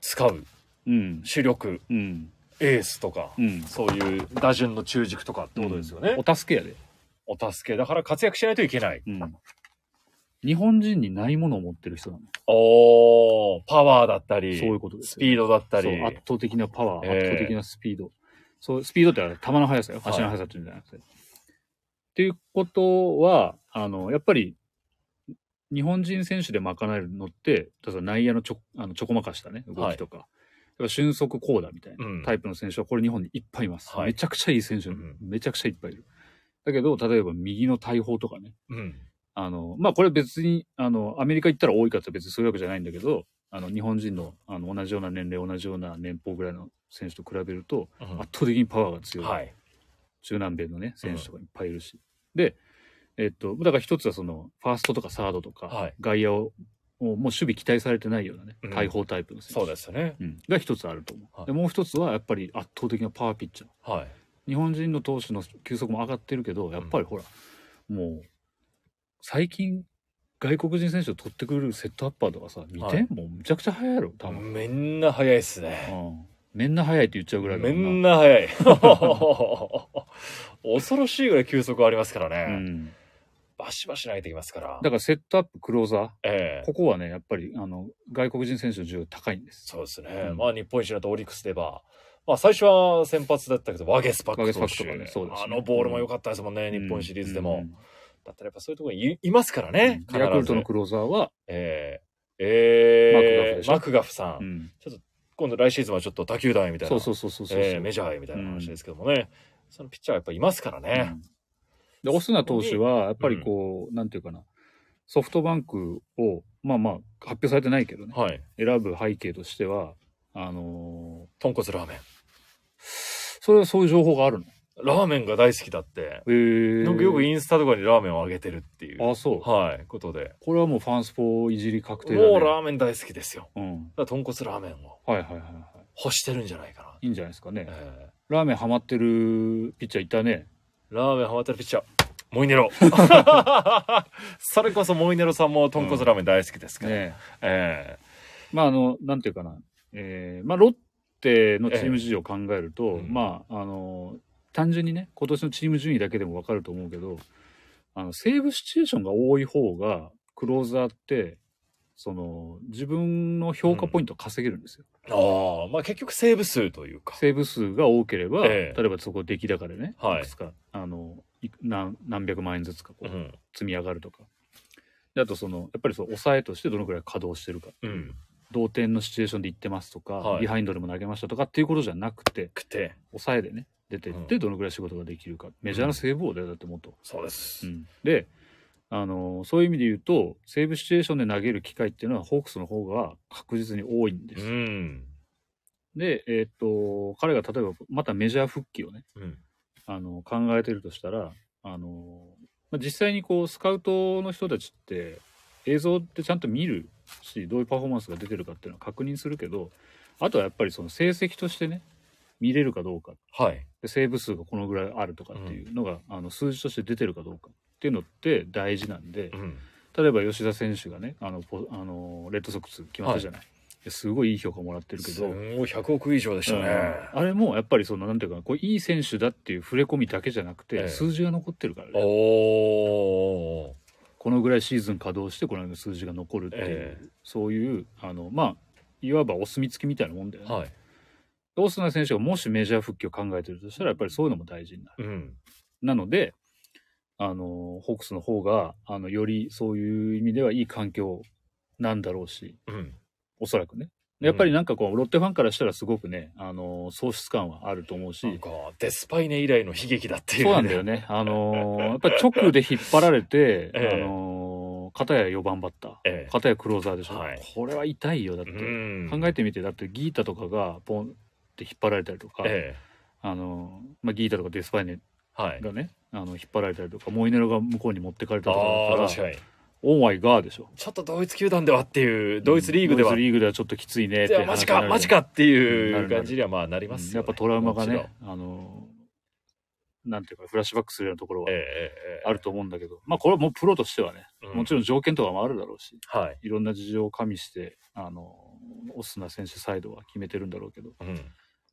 A: 使う、
D: うん、
A: 主力、
D: うん、
A: エースとか、
D: うん。
A: そういう打順の中軸とかってことですよね。
D: お助けやで。
A: お助け。だから活躍しないといけない。
D: うん。日本人にないものを持ってる人なの。
A: おー、パワーだったり、
D: そういうことで
A: ス
D: すよ
A: ピードだった
D: そ
A: り。
D: う圧倒的なパワー、
A: ええ
D: 圧倒的なスピード。そう、スピードってあれ球の速さよ。
A: はい
D: 足の速さっていうんじゃなくて。っていうことは、あの、やっぱり、日本人選手で賄えるのって、例えば内野のちょあのちょこまかしたね、動きとか。やっぱ俊足こうだみたいな
A: うん
D: タイプの選手は、これ日本にいっぱいいます。
A: はい
D: めちゃくちゃいい選手、
A: うん
D: めちゃくちゃいっぱいいる。だけど、例えば右の大砲とかね。
A: うん。
D: あの、まあ、これ別に、あの、アメリカ行ったら多いかって別にそういうわけじゃないんだけど、あの日本人のあの同じような年齢同じような年俸ぐらいの選手と比べると
A: うん
D: 圧倒的にパワーが強い、
A: はい。
D: 中南米のね選手とかいっぱいいるし、で、えっと、だから一つはそのファーストとかサードとか、
A: はい
D: 外野をもう守備期待されてないようなね
A: うん
D: 大砲タイプの選手、
A: そうですよね。
D: うんが一つあると思う、
A: はい
D: でもう一つはやっぱり圧倒的なパワーピッチャー
A: はい。
D: 日本人の投手の球速も上がってるけどやっぱりほら、もう最近外国人選手を取ってくるセットアッパーとかさ見て、
A: はい
D: もうむちゃくちゃ速いやろ球、うん
A: みんな早いっすね。
D: みんな速いって言っちゃうぐらいだ
A: み
D: もんなん
A: な早い。 <laughs> 恐ろしいぐらい球速ありますから
D: <laughs> う
A: ね。
D: ん、
A: バシバシ投げてきますから。
D: だからセットアップクローザー
A: ええ
D: ここはねやっぱりあの外国人選手の需要高いんです
A: そうですね。
D: うん
A: まあ、日本一だとオリックスでは、まあ、最初は先発だったけど、ワゲスパック投
D: ワゲスパ
A: 手、
D: ックとかねそうですね
A: あのボールも良かったですもんね、日本シリーズでも。
D: うんうん
A: だったらやっぱそういうところにいいますからね、
D: うんヤクルトの
A: 必ず
D: クローザーは、
A: ええええ
D: マクガフでしょ
A: マクガフさん。
D: うん
A: 今度来シーズンはちょっと他球団へみたいな。
D: そうそうそうそうそう、
A: ええメジャーへみたいな話ですけどもね。そのピッチャーはやっぱいますからね。
D: でオスナ投手はやっぱりこう、なんていうかなソフトバンクをまあまあ発表されてないけどね
A: はい。
D: 選ぶ背景としてはあの
A: 豚骨ラーメン。
D: ーそれはそういう情報があるの
A: ラーメンが大好きだって。
D: へ
A: なんかよく
D: い
A: インスタとかにラーメンをあげてるっていう。
D: あそう
A: はい。ことで。
D: これはもうファンスポいじり確定だね
A: もうラーメン大好きですよ。
D: うん
A: だから豚骨ラーメンを
D: はいはいはいはい
A: 欲してるんじゃないかな。
D: いいんじゃないですかね、
A: え
D: ラーメンハマってるピッチャーいたね
A: ーラーメンハマってるピッチャー。モイネ
D: <laughs>
A: ロ。それこそモイネロさんも豚骨ラーメン大好きですから。
D: ね
A: え
D: まああのなんていうかなえーまあロッテのチーム事情を考えると、
A: ええ
D: まああの単純にね今年のチーム順位だけでも分かると思うけどあのセーブシチュエーションが多い方がクローザーってその自分の評価ポイントを稼げるんですよ、
A: えああ、まあ結局セーブ数というか。
D: セーブ数が多ければ、
A: ええ
D: 例えばそこ出来高でね、
A: はい
D: いくつかあのいく何何百万円ずつか
A: う。
D: こうん積み上がるとか、であとそのやっぱりその抑えとしてどのくらい稼働してるか
A: うん。
D: 同点のシチュエーションで行ってますとか、
A: はい
D: ビハインドでも投げましたとかっていうことじゃなくて
A: くて。
D: 抑えでね出てってどのぐらい仕事ができるか、メジャーのセーブ王だよだってもっと、
A: そうです。
D: うんであのそういう意味で言うとセーブシチュエーションで投げる機会っていうのはホークスの方が確実に多いんで
A: う
D: す、
A: ん。
D: で、えーっと彼が例えばまたメジャー復帰をね
A: うん。
D: あの考えてるとしたらあの、まあ、実際にこうスカウトの人たちって映像ってちゃんと見るしどういうパフォーマンスが出てるかっていうのは確認するけどあとはやっぱりその成績としてね見れるかどうか
A: はい。
D: でセーブ数がこのぐらいあるとかっていうのが、あの数字として出てるかどうかっていうのって大事なんで
A: うん。
D: 例えば吉田選手がねあのポあのレッドソックス決まったじゃない、ですごいいい評価もらってるけ
A: す
D: ど
A: ごい。100億以上でしたね。
D: うんあれもやっぱりそのなんていうかこういい選手だっていう触れ込みだけじゃなくて、
A: ええ
D: 数字が残ってるからね
A: おー。
D: このぐらいシーズン稼働してこのぐらいの数字が残るっていう、
A: ええ
D: そういうあのまあいわばお墨付きみたいなもんだよね、
A: はい。
D: オスナ選手がもしメジャー復帰を考えてるとしたらやっぱりそういうのも大事になる
A: うん。
D: なのであのホークスの方があのよりそういう意味ではいい環境なんだろうし
A: うん。
D: おそらくねやっぱりなんかこうロッテファンからしたらすごくねあの喪失感はあると思うし、
A: なんか、デスパイネ以来の悲劇だっていう、
D: そうなんだよ。ね。あのーやっぱり直で引っ張られて、
A: <laughs> ええ
D: あのー片や4番バッター、
A: ええ
D: 片やクローザーでしょ。
A: はい
D: これは痛いよ、だって。
A: うん。
D: 考えてみて、だってギータとかがポンって引っ張られたりとか、
A: え
D: あのーまあ、ギータとかデスパイネ
A: えはい。
D: がね、あの引っ張られたりとか、モイネロが向こうに持ってかれたりと
A: ああ、
D: かだ
A: 確
D: から、
A: かに。
D: オンワイガーでしょ。
A: ちょっとドイツ球団ではっていう、ドイツリーグでは。
D: ドイツリーグではちょっときついねって
A: では
D: 話になる
A: マジか、マジかって
D: なる
A: いう
D: なる
A: 感じにはまあなりますよ、ね
D: やっぱトラウマが
A: もちろん
D: ね、あのーなんていうか、フラッシュバックするようなところは
A: ええええええ
D: あると思うんだけど、まあこれはもうプロとしてはね、もち
A: ろ
D: ろん条件とかもあるだろうし、
A: ん。はい。
D: いろんな事情を加味して、あの、オスナ選手サイドは決めてるんだろうけど、
A: うん。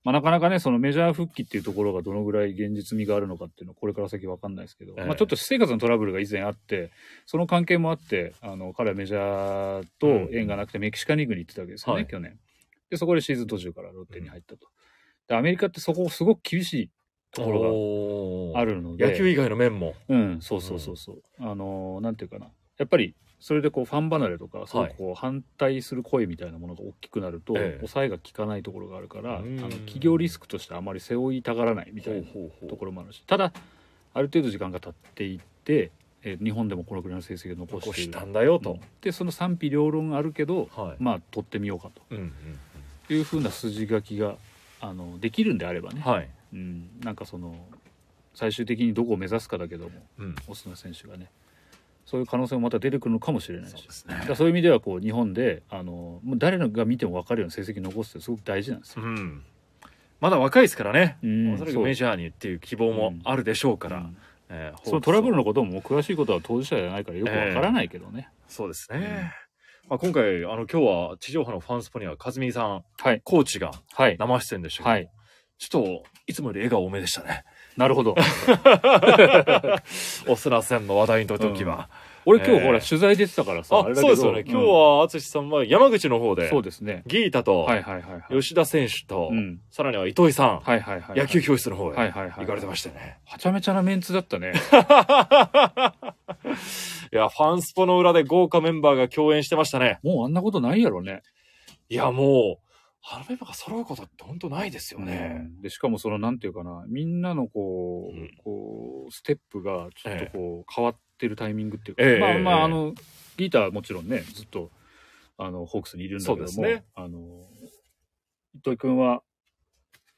D: まあ、なかなかね、そのメジャー復帰っていうところがどのぐらい現実味があるのかっていうのは、これから先わかんないですけど、
A: ええ
D: まあ、ちょっと私生活のトラブルが以前あって、その関係もあって、あの彼はメジャーと縁がなくて、メキシカンリーグに行ってたわけですよね、
A: はい
D: 去年。で、そこでシーズン途中からロッテに入ったと。で、アメリカってそこ、すごく厳しいところ
A: お
D: があ
A: ー
D: るので、
A: 野球以外の面も。
D: うん、そうそうそうそう。あのーなんていうかな。やっぱり、それでこうファン離れとか、すごくこう反対する声みたいなものが大きくなると、
A: ええ
D: 抑えが効かないところがあるから、あ
A: うん
D: の企業リスクとしてあまり背負いたがらないみたいな
A: ほうほうほう
D: ところもあるし、ただ、ある程度時間が経っていって、えー日本でもこのくらいの成績を残して
A: 残
D: いる
A: したんだよと
D: と。でその賛否両論あるけど、
A: はい
D: まあ取ってみようか
A: うんうん
D: というふうな筋書きがあのできるんであれば
A: うん
D: ね、
A: はい。
D: うん、なんかその最終的にどこを目指すかだけども
A: うん。
D: オスナ選手がねそういう可能性もまた出てくるのかもしれないし
A: そうです
D: だ
A: ね
D: か。らそういう意味ではこう日本であのもう誰が見ても分かるような成績残すってすごく大事なんです
A: う
D: よ。
A: ん。まだ若いですからね。
D: うん
A: おそらくメジャーにっていう希望もあるでしょうか
D: う
A: ら
D: ん。
A: えー
D: そのトラブル
A: ホーク
D: のことも詳しいことは当事者じゃないからよく分からないけどね、
A: スそうですね。まあ今回あの今日は地上波のファンスポにはカズミさん、
D: はい
A: コーチが
D: はい
A: 生出演でしたけど、
D: はい
A: ちょっといつもより笑顔多めでしたね。
D: なるほど
A: オスナ戦の話題にとっておきは。
D: 俺今日ほ
A: え
D: ら
A: ー
D: 取材出てたからさ、あ
A: あ
D: れだけ
A: そう
D: ど
A: ですよね。今日、は淳さんは山口の方
D: うん
A: で、
D: そうですね
A: ギータと
D: はいはいはいはい
A: 吉田選手と、
D: うん
A: さらには糸井さん、
D: はいはいはいはい
A: 野球教室の方へ
D: はいはいはい
A: 行かれてましたよね。
D: はちゃめちゃなメンツだった
A: い
D: ね
A: や、ファンスポの裏で豪華メンバーが共演してましたね。
D: もうあんなことないやろね
A: いや、もう、あのメンバーが揃うことって本当ないですよね。
D: うんでしかもそのなんていうかなみんなのこ
A: う
D: う,、
A: ん
D: こうステップがちょっとこう、変わってるタイミングっていうか、
A: ええ
D: まあまあ、
A: ええ
D: あのギーターはもちろんねずっとあのホークスにいるんだけども
A: そうですね
D: あの糸井君は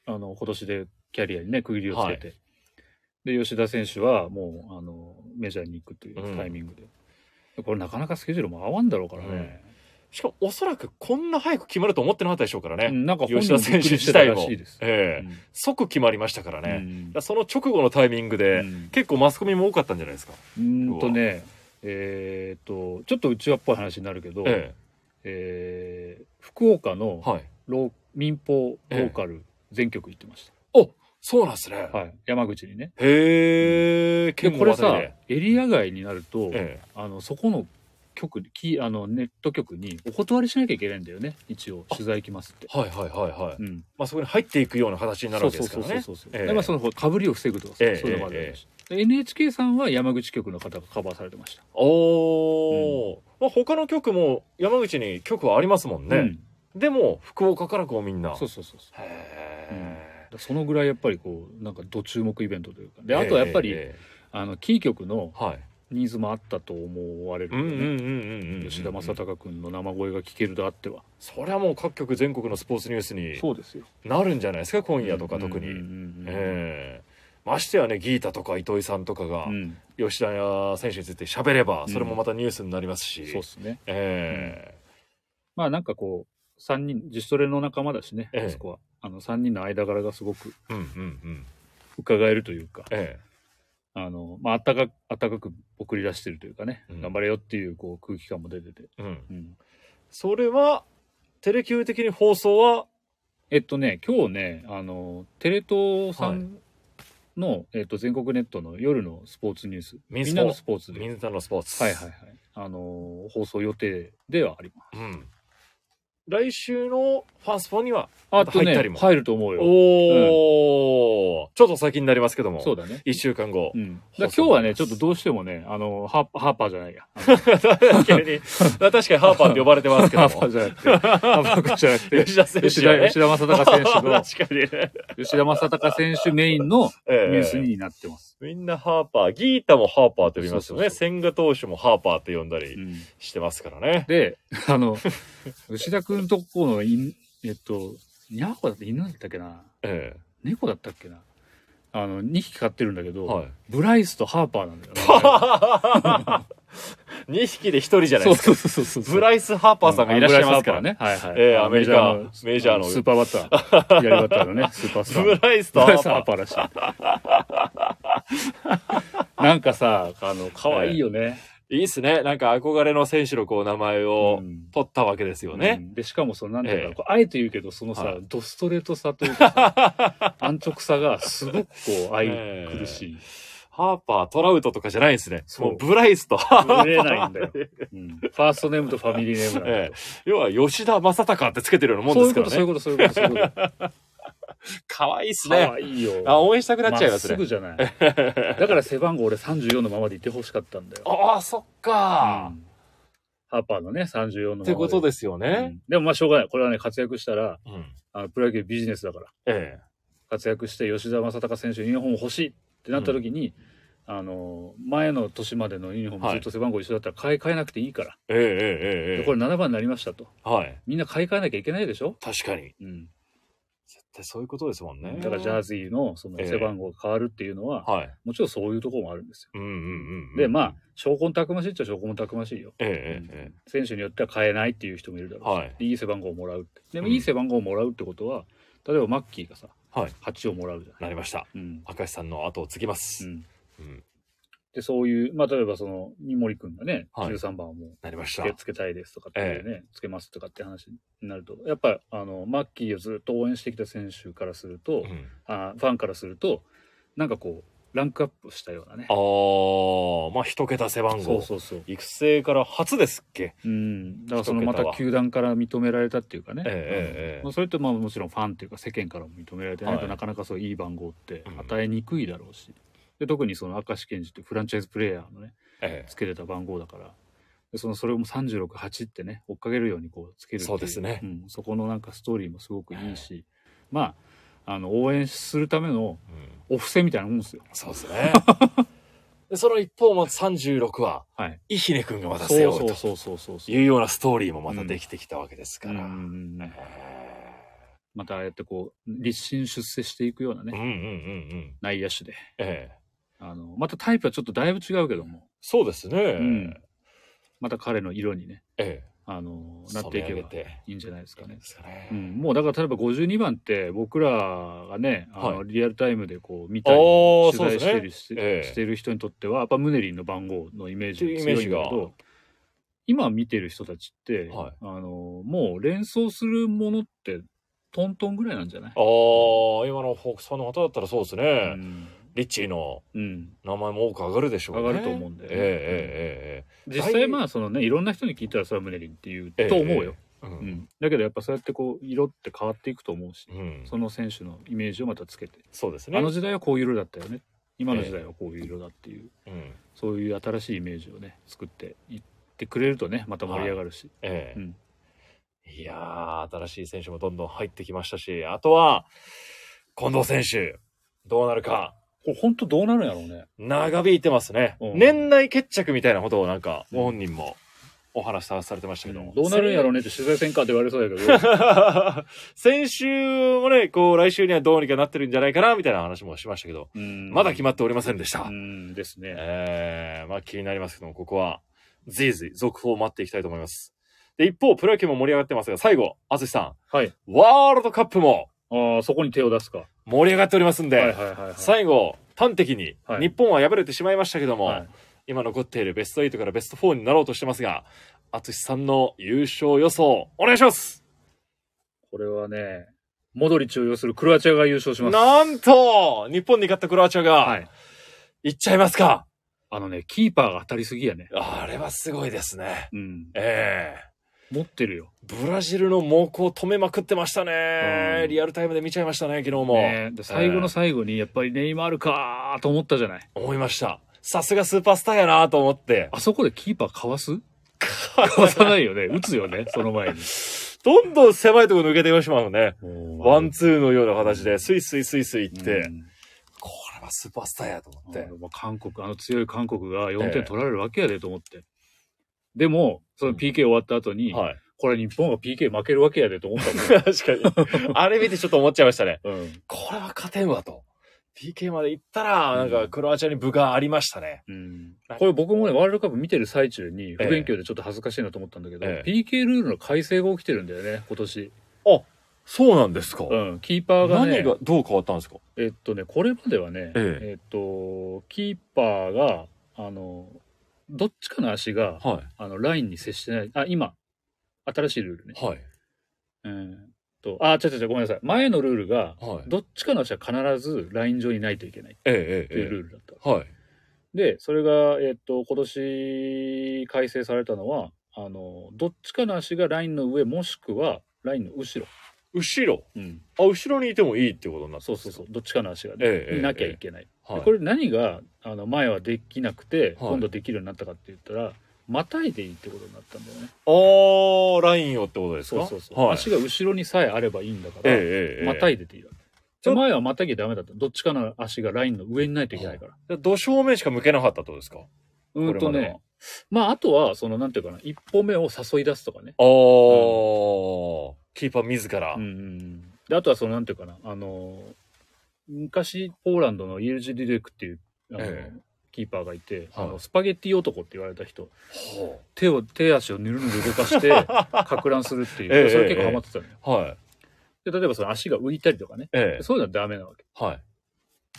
D: あの今年でキャリアにね区切りをつけて、で吉田選手はもうあのメジャーに行くというタイミングで、これなかなかスケジュールも合わんだろうからね、
A: しかも、おそらくこんな早く決まると思ってなかったでしょうから
D: う
A: ね。
D: んなんか本
A: 吉
D: 人
A: 田
D: も
A: 選
D: びっく
A: 手
D: りし
A: 自
D: てた
A: 体
D: ら
A: も
D: しいです。
A: ええ
D: うん
A: 即決まりましたからね。だ
D: うん
A: からその直後のタイミングで、
D: うん
A: 結構マスコミも多かったんじゃないですか。
D: うーんとねえー、とちょっとうちわっぽい話になるけど、
A: え
D: えー福岡の
A: えはい。
D: ロー民放ローカル全局行ってまし
A: そうなんですね。
D: た、はい、山口にね
A: へえ、
D: で
A: 結構
D: これさエリア外になると、
A: え
D: あのそこの局きあのネット局にお断りしなきゃいけないんだよね一応取材来ますって。
A: え、はいはいはいはい。
D: うん、
A: まあそこに入っていくような形になるわけですからね。
D: そうそうそうそう、
A: ええ
D: でまあそのかぶりを防ぐとか、
A: ええ
D: そういうのがあるし、で NHK さんは山口局の方がカバーされてました
A: おお、まあ他の局も山口に局はありますもんね。
D: うん
A: でも福岡からこうみんな。
D: そうそうそうそう
A: へ
D: そのぐらいやっぱりこうなんかど注目イベントというか
A: え
D: であとはやっぱり、
A: え
D: あのキー局の
A: えはい。
D: ニーズもあったと思われる
A: うんうん
D: よね
A: うんうんうん。
D: 吉田正。尚君の生声が聞けるであっては、
A: それはもう各局全国のスポーツニュースに
D: そうですよ
A: なるんじゃないですか今夜とか特に。
D: うんうんうんうん
A: ええましてやねギータとか糸井さんとかが
D: うん
A: 吉田選手について喋れば
D: うん
A: それもまたニュースになりますし、
D: そうですね
A: え
D: まあなんかこう3人自主トレの仲間だしね、
A: ええ
D: そこはあの3人の間柄がすごく
A: えうんうんうん
D: 伺えるというか
A: え
D: あの、まあ、あったかあったかく送り出してるというかね、
A: うん
D: 頑張れよっていうこう空気感も出てて、
A: えうん
D: うん
A: それはテレキュー的に放送は
D: えっとね今日ねあのテレ東さんの、えっと、全国ネットの夜のスポーツニュース
A: ミスポ
D: みんなのスポーツで
A: 水田のスポーツ
D: はいはいはい。あのー放送予定ではあります。
A: うん、来週のファンスポには
D: あ
A: とね入ったりも
D: 入ると思うよ。
A: おお、ちょっと先になりますけども
D: そうだね。
A: 1週間後
D: うん。
A: 放
D: だから
A: 送
D: 今日は
A: で
D: ね、
A: す
D: ちょっとどうしてもね、あのーハーパー、ハーパーじゃないや。 <laughs> あ
A: 急に確か
D: <laughs>
A: にハーパーって呼ばれてますけ
D: のハ
A: ど
D: ーパー
A: も
D: じゃなくて、ハーパー君じゃなくて、
A: 吉田選
D: 吉
A: 手は
D: 田
A: ね
D: 吉田正尚選手の、
A: <laughs> 確かにね、
D: <laughs> 吉田正尚選手メインのニ
A: ええ
D: ュースになってます。
A: みんなハーパーギータもハーパーと呼びますよね
D: そうそ
A: 千賀投手もハーパーって呼んだ
D: う
A: り
D: ん
A: してますからね、
D: で、あの、吉田君とこのいん、えっと、ニャーコだって犬だったっけな
A: え
D: 猫だったっけなあの、2匹飼ってるんだけ
A: え
D: ど、
A: はい
D: ブライスとハーパーなんだよね。
A: <laughs> 2匹で1人じゃないですか
D: そうそうそうそうそう。
A: ブライス・ハーパーさんがいらっしゃいますからね。
D: ね。はいはい。
A: ええアメリカ
D: あの
A: メジャーの
D: あスーパーバッター。左バッター
A: <laughs>
D: のね、スーパースターの。
A: ブライスとハ
D: ブライ
A: ー
D: スハ
A: パ
D: ーパーらしい。なんかさ、あの、可愛いよね。
A: ー。いいっすね。なんか憧れの選手のこう名前を
D: うん
A: 取ったわけですよね。
D: うんで、しかもその、なんていう
A: ええ
D: か、こうあえて言うけど、そのさ、
A: はい
D: ドストレートさという
A: <laughs>
D: かさ安直さがすごくこう、愛
A: ええ
D: くるし
A: <laughs>
D: い。
A: ハーパー、トラウトとかじゃないんですね。
D: そう
A: もうブライスと <laughs> ハーパー。
D: 売れないんだよ、うんファーストネームとファミリーネームなんだよ
A: ええ要は吉田正尚ってつけてるようなもん
D: そう
A: で
D: いう
A: すか
D: こ
A: ら
D: と、そういう
A: <laughs> ね。
D: こと、そういうこと、そういうこと。
A: かわいいっす
D: 可
A: ね。
D: 愛いよ。
A: あ、応援したくなっちゃいます
D: まっすぐ
A: ね。
D: じゃない。だから背番号俺34のままでいてほしかったんだよ。
A: ああ、そっか
D: うんハーパーのね、34のまま
A: ってことですすよ
D: ね
A: ね。
D: でもまあしょうがない。これはね、活躍したら、
A: うん
D: あのプロ野球ビジネスだから、
A: え
D: 活躍して吉田正尚選手のユニフォーム欲しいってなった時に、あの前の年までのユニフォーム
A: はい
D: ずっと背番号一緒だったら買い替えなくていいから、
A: えええええ
D: で
A: え
D: これ7番になりましたと
A: はい。
D: みんな買い替えなきゃいけないでしょ、
A: 確かに。
D: うん、
A: 絶対そういうことですもんね。
D: だからジャージーのその
A: ええ
D: 背番号が変わるっていうのは、
A: はい。
D: もちろんそういうところもあるんですよ
A: うんうんうんうん。
D: でまあ、証拠もたくましいっちゃ証拠もたくましいよ、
A: えええええ
D: 選手によっては買えないっていう人もいるだろうし、
A: はい
D: でいい背番号をもらうってでも
A: うん
D: いい背番号をもらうってことは、例えばマッキーがさ、
A: はい
D: 8をもらうじゃ
A: えなりました。
D: ん、うん
A: 明石さんの後を継ぎま
D: う
A: す。
D: ん、
A: うん。
D: でそういうまあ例えばその三森君がね、
A: はい
D: 13番をもう
A: なりまし
D: つ
A: た。
D: けつけたいですとかっていうね、つけますとかって話になるとやっぱあのマッキーをずっと応援してきた選手からすると、
A: うん
D: あファンからするとなんかこうランクアップしたようなね
A: ああ、まあ一桁背番号。
D: そうそうそう
A: 育成から初ですっけ
D: うん、だからその
A: 一
D: ま
A: 桁は
D: た球団から認められたっていうかね、
A: ええええええ
D: まあ、それってまあもちろんファンっていうか世間からも認められてないと、
A: はい
D: なかなかそういい番号って
A: うん
D: 与えにくいだろうし、で特にその明石健二ってフランチャイズプレイヤーのね
A: え
D: つけてた番号だからでそのそれをもう368ってね追っかけるようにこうつけるってい
A: そうですね
D: ん、そこのなんかストーリーもすごくいいし、まああの応援するための
A: えうん
D: お布施みたいなもんですよ。
A: そうですね。
D: <laughs>
A: でその一方も36は、
D: はい、
A: イヒネ君がまた
D: そ
A: 背
D: う
A: 負
D: そうう
A: と
D: そうそうそうそう
A: いうようなストーリーもまたできてきたわけです
D: う
A: から。
D: ん
A: え
D: またああやってこう立身出世していくような
A: えうん
D: ね、
A: うんうんうん。
D: 内野手で
A: ええ
D: あのまたタイプはちょっとだいぶ違うけども
A: そうですね。
D: んまた彼の色にね、
A: ええ
D: あのなってい
A: 染め
D: け
A: 上げ
D: ば
A: て
D: いいんじゃないですかね
A: で。すかね。
D: うん、もうだから例えば52番って僕らがねあの、
A: は
D: リアルタイムでこう見たり
A: おー
D: 取材し
A: そう
D: て
A: で
D: るし,、
A: ええ
D: してる人にとってはやっぱムネリンの番号のイメージが
A: っていうイ
D: 強いん
A: メー
D: だ
A: ジが
D: けど今見てる人たちって、
A: はい
D: あのもう連想するものってトントンぐらいなんじゃない
A: ああ、今のフォークさんの方だったらそうですね。
D: うん
A: リッチーの
D: うん、
A: 名前も多く上がるでしょうね。
D: 上がると思うんだよね
A: ええ
D: 実
A: だい
D: 際
A: ぶ
D: まあそのねいろんな人に聞いたらそれはムネリンっていう
A: ええええ
D: と思うよ、。
A: ええう。
D: うんん、だけどやっぱそうやってこう色って変わっていくと思うし、
A: うん。
D: その選手のイメージをまたつけて、
A: そうですね。
D: あの時代はこういう色だったよね今の時代はこういう色だっていう、
A: うん。
D: そういう新しいイメージをね作っていってくれるとねまた盛り上がるし、
A: ええ
D: うん
A: いやー、新しい選手もどんどん入ってきましたし、あとは、近藤選手、どうなるか、
D: これ本当どうなるんやろうね
A: 長引いてますね。
D: うん
A: 年内決着みたいなことをなんか、ご本人もお話しされてましたけども。
D: どうなるんやろうねって取材せんかって言われそうやけど <laughs>
A: <laughs> 先週もね、こう、来週にはどうにかなってるんじゃないかな、みたいな話もしましたけど、まだ決
D: ま
A: まっておりませんでした。
D: うんですね、
A: えー、まあ気になりますけども、ここは、ぜいぜい続報を待っていきたいと思います。で、一方、プロ野球も盛り上がってますが、最後、淳さん。
D: はい。
A: ワールドカップも
D: ああそこに手を出すか、
A: 盛り上がっておりますんで、
D: はいはいはいはい
A: 最後、端的に、
D: はい
A: 日本は敗れてしまいましたけども、
D: はい
A: 今残っているベスト8からベスト4になろうとしてますが、淳さんの優勝予想、お願いします
D: これはねモドリッチを要するクロアチアが優勝します
A: なんと日本に勝ったクロアチア
D: は
A: が、
D: い
A: いっちゃいますか、
D: あのねキーパーが当たりすぎやね
A: あれはすごいですね。
D: うん
A: ええ
D: 持ってるよ
A: ブラジルの猛攻を止めまくってましたね、
D: うん
A: リアルタイムで見ちゃいましたね昨日も、
D: ね、で最後の最後にやっぱりネイマールかーと思ったじゃない
A: 思いましたさすがスーパースターやなと思って
D: あそこでキーパーかわすかわさないよね打つよねその <laughs> 前に
A: どんどん狭いところ抜けてしまうのねワンツーのような形でスイスイスイスイいって、
D: うん
A: これはスーパースターやと思って、
D: あのまあ韓国あの強い韓国が4
A: ええ
D: 点取られるわけやでと思って、でもその PK 終わった後に、
A: はい
D: これ日本が PK 負けるわけやでと思った <laughs> もん
A: 確かにあれ見てちょっと思っちゃいましたね
D: うん
A: これは勝てんわと PK まで行ったらなんかクロアチアに部がありましたね、
D: うんこれ僕もねワールドカップ見てる最中に不勉強でちょっと恥ずかしいなと思ったんだけど、
A: ええ
D: PK ルールの改正が起きてるんだよね今年、
A: そうなんですか、
D: うん、キーパーがね
A: 何がどう変わったんですか
D: えっとね、これまではね、
A: え
D: えっと、キーパーが、あの、どっちかの足が、
A: は
D: あの、ラインに接してない。あ、今、新しいルールね
A: い。はい
D: うんと、あ、違う違う違うごめんなさい。前のルールが、
A: はい
D: どっちかの足は必ずライン上にないといけないっ
A: ええ
D: て
A: ええ
D: いう
A: え
D: ルールだった。
A: えはい
D: で、それが、えっと、今年改正されたのは、あの、どっちかの足がラインの上もしくはラインの後ろ。
A: 後ろ
D: うん。
A: あ後ろにいてもいいってことになって
D: そ
A: る
D: うそうそう。どっちかの足がね、
A: ええええ
D: いなきゃいけない。
A: はい、
D: これ何があの前はできなくて、
A: はい
D: 今度できるようになったかって言ったらまたいでいいってことになったんだよね
A: ああラインをってことです
D: そ
A: か
D: うそうそう、
A: はい、
D: 足が後ろにさえあればいいんだから、
A: ええええええ
D: またいでていいわけ
A: ちょ
D: 前はまたぎダメだった。どっちかの足がラインの上にないといけないから。
A: 土正面しか向けなかったってことですか
D: うーんと
A: これまで
D: ね
A: は。
D: まあ、あとは、その、なんていうかな、一歩目を誘い出すとかね。
A: あー、キーパー自ら。
D: うんうんうん。で、あとは、その、なんていうかな、あのー、昔、ポーランドのイルジ・デュデクっていう、あのー
A: え
D: キーパーがいて、あ
A: は
D: の
A: い
D: スパゲッティ男って言われた人、
A: ほ
D: 手を、手足をぬるぬる動
A: <laughs>
D: かして、か乱するっていう、
A: ええ
D: それ結構ハマってたのよ。
A: うはい。
D: で、例えばその足が浮いたりとかね。
A: え
D: そういうのはダメなわけ。
A: え。はい。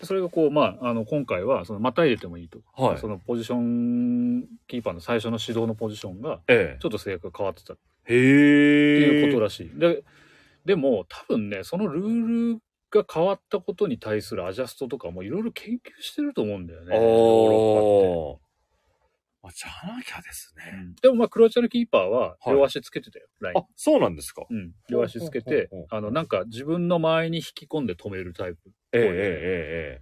D: それがこう、まあ、あの、今回は、その、また入れてもいいと。
A: はい
D: そ。のポジション、キーパーの最初の指導のポジションが、
A: え
D: ちょっと性格変わってたって
A: え。へえ。
D: いうことらしい。で、でも、多分ね、そのルールが変わったことに対するアジャストとかもいろいろ研究してると思うんだよね。ヨーロッ
A: おー。あ、じゃなきゃです
D: パって
A: ね。
D: うんでもまあ、クロアチアのキーパーは、
A: はい
D: 両足つけてたよ、ライン
A: あ。、そうなんですか。
D: うん、両足つけて
A: ほうほうほうほう、
D: あの、なんか自分の前に引き込んで止めるタイプ。
A: えええ
D: ね
A: えええ。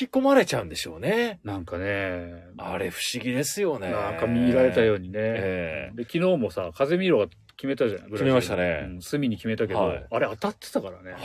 A: 引き込まれちゃうんでしょうね。
D: なんかね、
A: あれ不思議ですよね。
D: なんか見られたようにね。
A: ええ
D: で昨日もさ、風見ろが決めたじゃない
A: 決めましたね
D: うん隅に決めたけど、
A: はい
D: あれ当たってたからね。
A: はい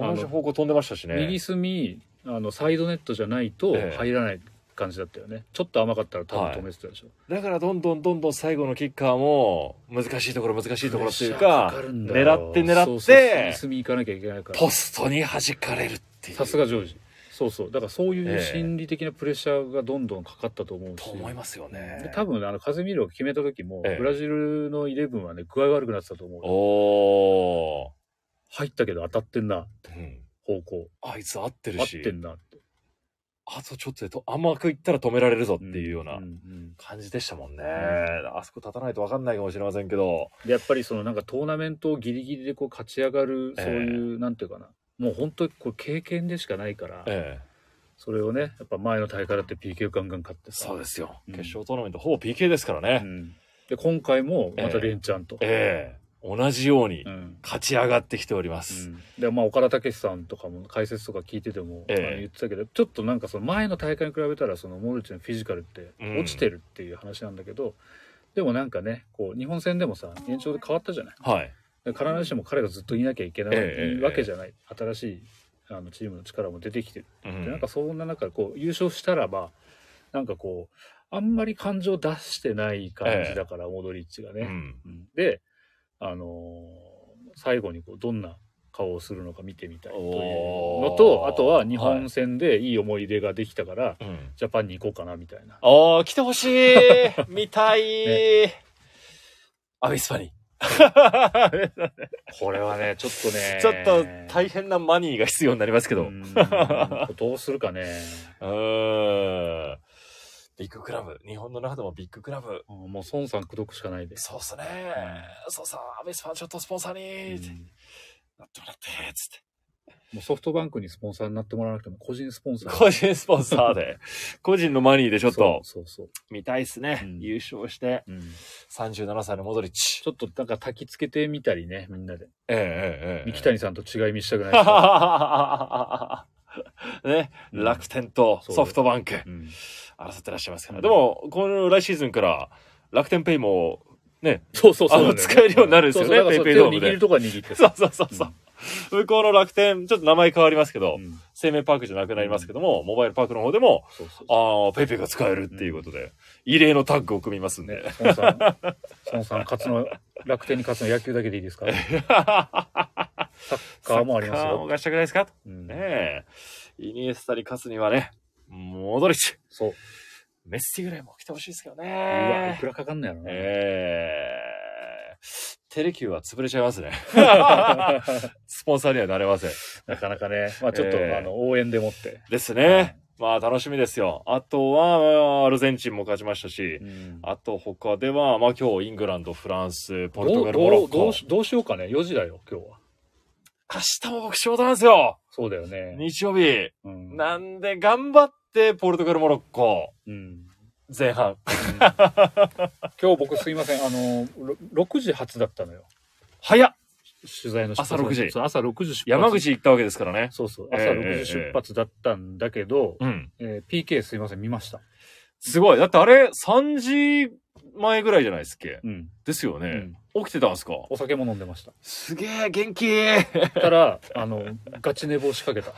A: 同じ方向飛んでましたしね。
D: 右隅、あの、サイドネットじゃないと
A: ええ
D: 入らない感じだったよね。ちょっと甘かったら多分止めてたでしょ。
A: だからどんどんどんどん最後のキッカーも難しいところ難しいところっていう
D: プレッシャー
A: か
D: かるんだよ
A: 狙って狙
D: そう
A: っ
D: そう隅
A: て
D: 隅行かなきゃいけないから。
A: ポストに弾かれるっていう
D: さすがジョージ。そうそう。だからそうい
A: え
D: う
A: え
D: 心理的なプレッシャーがどんどんかかったと思うし。
A: と思いますよね
D: で多分あの風見ろが決めた時も、
A: ええ
D: ブラジルのイレブンはね具合悪くなってたと思う
A: おー、
D: 入ったけど当たってんな
A: うん、
D: 方向
A: あいつ合ってる
D: 合っ
A: して
D: んなって
A: あとちょっとでと甘くいったら止められるぞっていうようなん
D: ん
A: 感じでしたもんね、あそこ立たないと分かんないかもしれませんけど
D: でやっぱりそのなんかトーナメントをギリギリでこう勝ち上がる
A: ええ
D: そういう、なんていうかなもう本当にこれ経験でしかないから、
A: ええ
D: それをねやっぱ前の大会だって PK ガンガン勝ってさ
A: そうですよ、
D: うん
A: 決勝トーナメントほぼ PK ですからね、
D: うんで今回もまた連チャンと、
A: ええ同じように
D: うん
A: 勝ち上がってきております、
D: うんでまあ岡田武史さんとかも解説とか聞いてても、
A: ええ
D: あの言ってたけどちょっとなんかその前の大会に比べたらそのモルチのフィジカルって
A: うん
D: 落ちてるっていう話なんだけど、でもなんかねこう日本戦でもさ延長で変わったじゃない
A: はい
D: で必ずしも彼がずっといなきゃいけない
A: ええ
D: いいわけじゃない、新しいあのチームの力も出てきてる、
A: う
D: で
A: ん
D: なんかそんな中こう優勝したらばなんかこうあんまり感情出してない感じだから、モドリッチがね、
A: うん
D: うんで、あのー最後にこうどんな顔をするのか見てみたいというの
A: お
D: と
A: ー
D: あとは日本戦でいい思い出ができたから、
A: うん
D: ジャパンに行こうかなみたいな。
A: ああ、来てほしい見たい、アビスパに。
D: これは <laughs> ねちょっとね
A: ちょっと大変なマニーが必要になりますけど。
D: う
A: うーん。
D: んどうするかね
A: ビッグクラブ。日本の中でもビッグクラブ。
D: うんもう孫さん口説くしかないで。
A: そうっすね。そうさ、アビスパちょっとスポンサーに、
D: うん
A: なってもらって、つって。
D: もうソフトバンクにスポンサーになってもらわなくても個人スポン <laughs> サー
A: 個人スポンサーで、個人のマニーでちょっと、
D: そうそう
A: 見たいっすね。
D: うん
A: 優勝して、
D: そう、うん
A: 37歳のモドリッチ
D: ち。ょっとなんか焚きつけてみたりねみんなで
A: ええええええ
D: 三木谷さんと違い見したくな
A: <laughs>
D: いし <laughs> さ、
A: ね、
D: うん
A: 楽天と
D: そう
A: ソフトバンク
D: うん
A: 争ってらっしゃいますから、
D: うん
A: でもこの来シーズンから楽天ペイもね
D: <laughs> そうそうそうなんだよ
A: あの
D: ね、
A: 使えるようになるんですよね
D: そうそうだから
A: ペイペイドームで
D: 手を握るとこは握っ
A: そ
D: てさ
A: うそうそうそう、向こうの楽天ちょっと名前変わりますけど、
D: うん
A: 生命パークじゃなくなりますけども、モバイルパークの方でも
D: そうそうそう
A: ああペイペイが使えるっていうことで、異例のタッグを組みますんで、
D: ね孫さん孫さん勝つの楽天に勝つの野球だけでいいですかサッカーもありま
A: <laughs>
D: す
A: サッカーも
D: よ、
A: がしたくないですかと
D: うん
A: ねえイニエスタに勝つにはねモドリッチ
D: そう
A: メッシぐらいも来てほしいですけど
D: うわい
A: ね
D: くらかかんないやろな、
A: えー、テレキューは潰れちゃいます
D: <laughs>
A: ね。スポンサーにはなれません。
D: なかなかねまあちょっと、
A: ええ
D: あの応援でもって、
A: ですね。まあ楽しみですよ。あとは、アルゼンチンも勝ちましたし、
D: うん
A: あと他では、まあ今日イングランド、フランス、ポルト
D: ど
A: ガ
D: う
A: ル、モロ
D: ど
A: ッ
D: うど
A: コ
D: う。しどうしようかね4時だよ今日は
A: 明日も僕仕事なんですよ。
D: そうだよね、
A: 日曜日。
D: うん
A: なんで頑張って、ポルトガル、モロッコ、
D: うん
A: 前半。
D: 今日僕すいませんあのろ6時発だったのよ
A: 早っ
D: 取材の出発
A: 朝6時
D: そう朝6時出発
A: 山口行ったわけですからね。
D: そうそう
A: ええ
D: 朝6時出発だったんだけど、
A: うん。
D: えー PK すいません見ました
A: すごい。だってあれ、3時前ぐらいじゃないですっけ。
D: うん、
A: ですよね。
D: うん
A: 起きてたんですか
D: お酒も飲んで
A: <laughs>
D: ました。
A: すげえ、元気 <laughs> い
D: たら、あの、ガチ寝坊しかけた。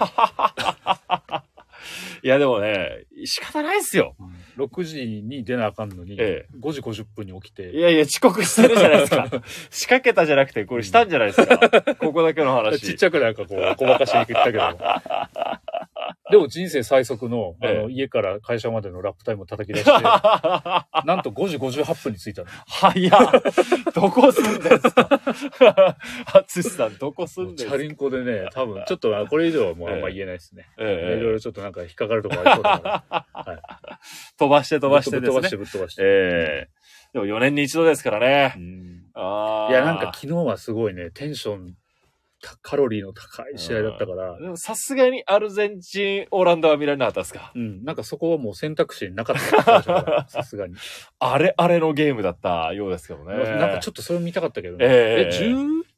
A: や、でもね、仕方ないっすよ。
D: 6時に出なあかんのに、
A: え
D: 5時50分に起き
A: い
D: て、
A: やいや、遅刻してるじゃないです
D: <laughs>
A: か。仕掛けたじゃなくて、これしたんじゃないですか。ここだけの話。
D: ちっちゃくなんかこう、ごまかしに行ったけども。
A: <laughs>
D: でも人生最速のあの、
A: ええ
D: 家から会社までのラップタイムを叩き
A: <laughs>
D: 出して、なんと5時58分に着いたの。
A: 早っ。どこ住んでんすか
D: <laughs>
A: あつしさん、どこ住んで
D: チ
A: ん
D: ャ
A: すか
D: リンコでね、多分、ちょっとあこれ以上はもうあんま言えないですね。
A: え
D: いろい
A: え
D: ろちょっとなんか引っかかるとこありそうだから。
A: 飛ば <laughs> して飛ばして
D: ぶ
A: で
D: っ飛
A: す
D: ばして
A: ね。
D: ぶっ飛ばして。
A: ええでも4年に一度ですからね。
D: うん
A: ああ。
D: いや、なんか昨日はすごいね、テンション、たカロリーの高い試合だったから、
A: でもさすがにアルゼンチン、オランダは見られなかったですか
D: うん、なんかそこはもう選択肢なかった最初
A: <laughs>
D: から、さすがに。
A: あれあれのゲームだったようですけどね。
D: なんかちょっとそれを見たかったけどね。
A: ええ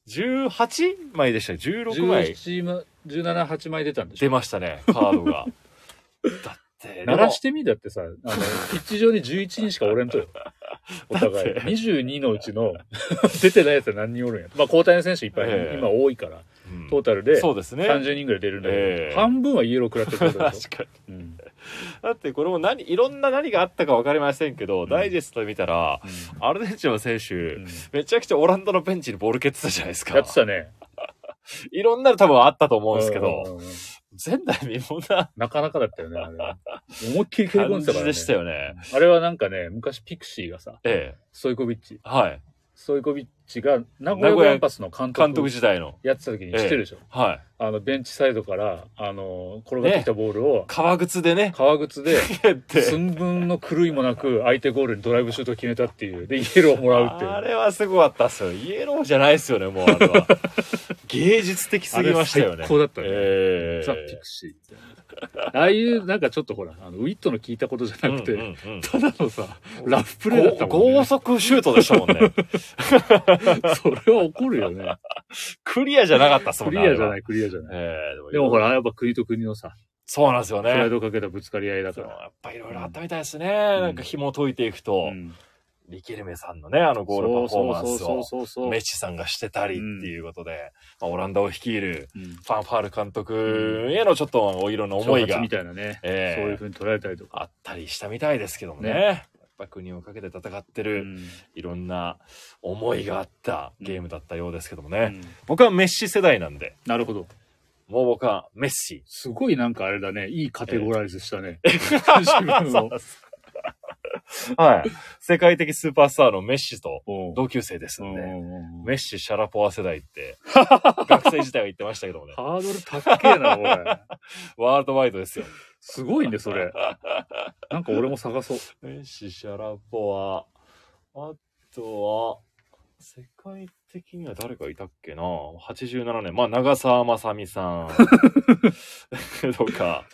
D: 10
A: 18枚でしたよ。16枚
D: 17ま17、8枚出たんでし
A: 出
D: ょ
A: ましたね、カードが。だ
D: <laughs>
A: って、
D: 鳴らしてみだってさ、あの、ピッチ上に11人しかおれ
A: <laughs>
D: んとよ。お互い。
A: だって
D: 22のうちの <laughs> 出てないやつは何人おるんや。まあ交代の選手いっぱい、
A: ええ
D: 今多いから、
A: うん
D: トータルで
A: そうですね。
D: 30人ぐらい出るんだけど、
A: ええ
D: 半分はイエロー食らってくるだろ
A: <laughs> 確かに。
D: う。うん
A: だってこれも何、いろんな何があったか分かりませんけど、
D: ん
A: ダイジェストで見たら、アルゼンチンの選手、
D: うん
A: めちゃくちゃオランダのベンチにボール蹴ってたじゃないです
D: や
A: か
D: って。たね。
A: いろんなの多分あったと思うんですけ
D: う
A: ど、
D: んうんうん
A: 前代未聞な
D: なかなかだったよね、あ
A: <laughs>
D: れ。思いっきり蹴り
A: 感
D: 込んで
A: じ
D: たから、ね。
A: でしたよね。
D: あれはなんかね、昔ピクシーがさ、
A: え
D: ストイコビッチ。
A: え、はい。
D: ストイコビッチが名古
A: 名
D: 屋
A: 古
D: グ
A: 屋
D: ランパスの監督
A: 監督時代の。
D: やってた時に知ってるでしょ。
A: はい。
D: あの、ベンチサイドから、あの、転がってきたボールを、
A: 革靴でね、
D: 革靴で、
A: 蹴って。
D: 寸分の狂いもなく、相手ゴールにドライブシュートを決めたっていう、で、イエローをもらうっていう。
A: あれはすごかったっすよ。イエローじゃないっすよね、もうあれ
D: <laughs>
A: は。芸術的すぎましたよ
D: あれ
A: ね。
D: 最高だったね
A: ええ
D: ザ・ピクシーみたいな。ああいう、なんかちょっとほら、あのウィットの聞いたことじゃなくて、
A: うんうんうん
D: ただのさ、ラフプレーだったもん
A: 高
D: ね。
A: 速シュートでしたもん <laughs> ね。 <laughs>
D: それは怒るよね。
A: クリアじゃなかったっすも
D: ク
A: んね。
D: リアじゃ
A: あ
D: な
A: れ
D: い、クリアじゃない。
A: は。ええでも
D: でもほら、やっぱ国と国のさ、
A: そうなんですよ
D: プライ
A: ね。
D: ドをかけたぶつかり合いだ
A: そ
D: か
A: う
D: ら。
A: やっぱいろいろあったみたいですね。なんか紐解いていくと、
D: うん
A: リケルメさんのね、あのゴールパフォーマンス
D: そう
A: を
D: そうそうそうそう。
A: メッシさんがしてたりっていうことで、まあオランダを率いる
D: うん
A: ファンファール監督へのちょっとお色の思い
D: 挑
A: が
D: 発み、たいなね、
A: ええ
D: そういうふうに捉えたりとか。
A: あったりしたみたいですけどもね。
D: ね
A: やっぱ国をかけて戦って
D: う
A: る、
D: ん
A: いろんな思いがあったゲームだったようですけどもね。
D: うん
A: 僕はメッシ世代なんで、
D: なるほど。
A: もう僕はメッ <laughs> シ。
D: すごいなんかあれだね、いいカテゴライズした <laughs> ね。
A: <laughs> そうですはい。世界的スーパースターのメッシと
D: おう
A: 同級生ですんで、
D: うんうんうん
A: メッシ、シャラポワ世代って、 <laughs> 学生時代は言ってましたけどもね、
D: ハードル高えな、おい。
A: ワールドワイドですよ。
D: すごいね、それ。なんか俺も
A: <laughs>
D: 探そう。
A: メッシ、シャラポワ。あとは、世界的には誰かいたっけな ?87 年。まあ、長澤まさみさ <laughs> ん。とか、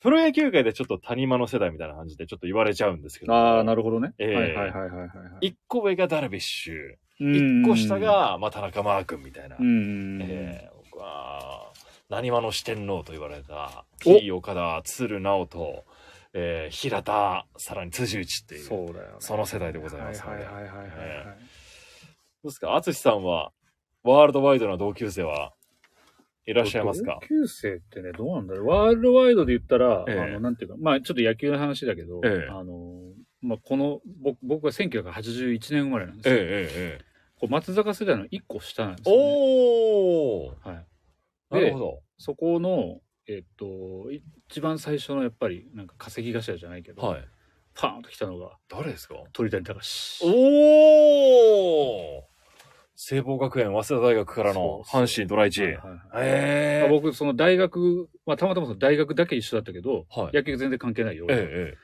A: プロ野球界でちょっと谷間の世代みたいな感じでちょっと言われちゃうんですけど。
D: ああ、なるほどね。
A: ええ
D: はいはいはいはいはい。
A: 一個上がダルビッシュ。
D: 一
A: 一個下、が、まあ、田中マー君みたいな。
D: うん。
A: えー僕は、何話の四天王と言われた、
D: お
A: P 岡田、鶴直人、えー平田、さらに辻内っていう。
D: そ
A: ど
D: うだよね。
A: その世代でございます
D: はいはいはいはいはいはい。
A: えうですか淳さんは、ワールドワイドな同級生はいらっしゃいますか
D: 同級生ってね、どうなんだろう。ワールドワイドで言ったら、
A: ええ
D: あの、なんていうか、まあちょっと野球の話だけど、
A: ええ
D: あの、まあこの、僕僕は1981年生まれなんですよ。
A: ええええええ。
D: こう松坂世代の1個下なんですよ、ね。
A: おー
D: はい。
A: なるほど。
D: そこの、えっと、一番最初のやっぱり、なんか稼ぎ頭じゃないけど、
A: はい。
D: パーンと来たのが
A: 誰ですか
D: 鳥谷隆。
A: おー聖望学園、早稲田大学からの
D: そうそう
A: 阪神ドライチ。
D: はい
A: え
D: はいまあ
A: えー。
D: 僕、その大学、まあたまたまその大学だけ一緒だったけど、
A: はい。
D: 野球全然関係ないよ。
A: ええええ。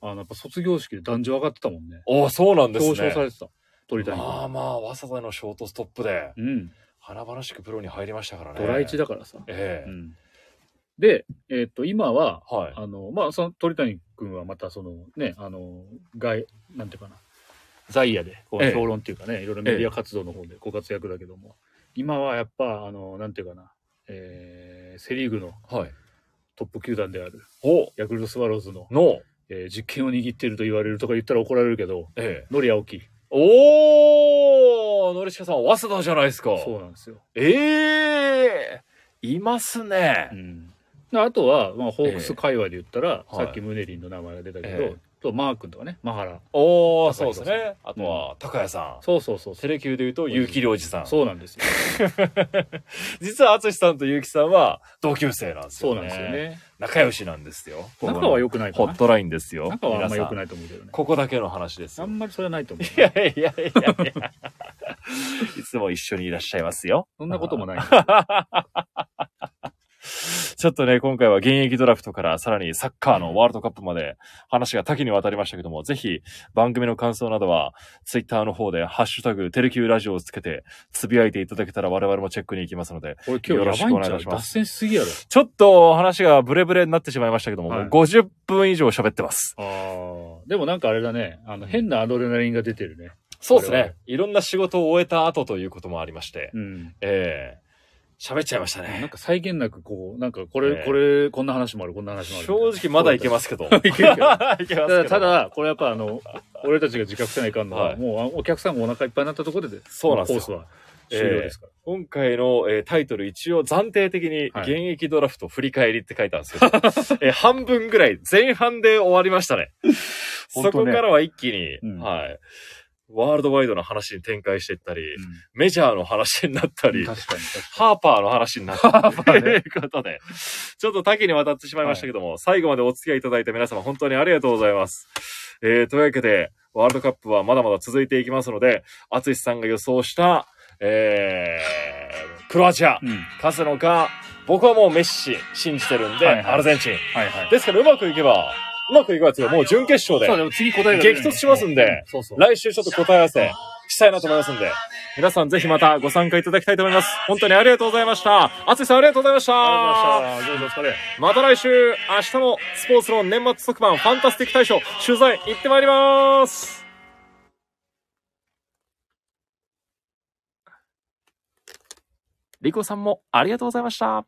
D: あの、やっぱ卒業式で男女上がってたもんね。
A: ああ、そうなんですね。
D: 表彰されてた。鳥谷君。
A: まあまあ、早稲田のショートストップで、
D: うん。
A: 華々しくプロに入りましたからね。
D: ドラ1だからさ。
A: ええ
D: うん、で、えっ、と、今は、
A: はい。
D: あの、まあ、その鳥谷君はまた、そのね、あの、外、なんていうかな、在野で、こう
A: ええ
D: 評論っていうかね、いろいろメディア活動の方でご活躍だけども、今はやっぱ、あの、なんていうかな、えー、セ・リーグの
A: はい。
D: トップ球団である、
A: お
D: ヤクルトスワローズの、
A: の、
D: えー実権を握ってると言われるとか言ったら怒られるけど、
A: ええ
D: ノリ青木。
A: おノリシカさん、早稲田じゃないですか。
D: そうなんですよ。
A: ええいますね
D: う。ん、であとは、まあ、ホークス界隈で言ったら、
A: えはい
D: さっきムネリンの名前が出たけど、
A: ええ
D: とマー君とかねマハラ
A: おお、そ
D: 高
A: う
D: 井
A: で
D: さ
A: す
D: ん
A: ね。あとは、高谷さん。
D: そうそうそうそ
A: テ
D: う
A: レキューで言うと、結城良二さん。
D: そうなんですよ
A: 実は、淳さんと結城さんは同級生なんです
D: そ
A: よね。
D: うなんですよ。ね
A: 仲良しなんですよ。
D: 仲は良くないか
A: ホ
D: な
A: ットラインですよ。
D: 仲はあんま良く
A: い。
D: ないと思うけどね
A: ここだけの話です
D: あ
A: よ。
D: んまりそれはないと思う
A: いやいやいやいや。いつも一緒にいらっしゃいますよ。
D: そんなこともない
A: <laughs> ちょっとね、今回は現役ドラフトからさらにサッカーのワールドカップまで話が多岐にわたりましたけども、ぜひ番組の感想などはツイッターの方でハッシュタグテレキューラジオをつけてつぶやいていただけたら我々もチェックに行きますので、
D: 俺今日やばい
A: よろしくお
D: んち
A: 願
D: ゃ
A: いうしま
D: 脱
A: す
D: 線しすぎやろ
A: ちょっと話がブレブレになってしまいましたけども、
D: はい
A: もう50分以上喋ってます。
D: ああでもなんかあれだねあの変なアドレナリンが出てるね
A: そうです
D: これは
A: ね。いろんな仕事を終えた後ということもありまして、
D: うん
A: ええ喋っちゃいました
D: なん
A: ね。
D: か再現なくこうなんかこ
A: え
D: れ
A: え
D: これこんな話もあるこんな話もある
A: 正直まだいけますすけ
D: <laughs>
A: ど。
D: いけるけど
A: いけま
D: た
A: すけ
D: だ
A: ど
D: ただこれやっぱあの俺たちが自覚せないかんのは、
A: はい
D: もうあお客さんがお腹いっぱいになったところで
A: そうなんですよ
D: コースは終了ですから、
A: 今回の、えータイトル一応暫定的に
D: は
A: 現
D: い
A: 役ドラフト振り返りって書いたんです
D: <laughs>
A: けど、えー半分ぐらい前半で終わりましたね。そ
D: <laughs> 本当
A: こ
D: ね
A: からは一気に、
D: うん
A: はい。ワールドワイドの話に展開していったり、メジャーの話になった
D: うん
A: り、
D: 確かに確か
A: ハーパーの話になったりと
D: ー
A: い
D: ね
A: うことで、ちょっと多岐にわたってしまいましたけども、最後までお付き合いいただいた皆様本当にありがとうございます。えー、というわけで、ワールドカップはまだまだ続いていきますので、淳さんが予想した、えー、クロアチア、
D: に、うん、
A: 勝つのか、僕はもうメッシ信じてるんで、
D: はいはい
A: アルゼンチン。
D: はいはい
A: ですからうまくいけば、うまくいけばですよ、もう準決勝で
D: そう。でも次答えが出ない
A: 激突しますんで
D: そうそう
A: 来週ちょっと答え合わせしたいなと思いますんで、皆さんぜひまたご参加いただきたいと思います。本当にありがとうございました。あついさんありがとうございました。ま
D: ありがとうございましたどうぞお疲れ
A: た来週、明日もスポーツの年末特番、ファンタスティック大賞、取材行ってまいります。リコさんもありがとうございました。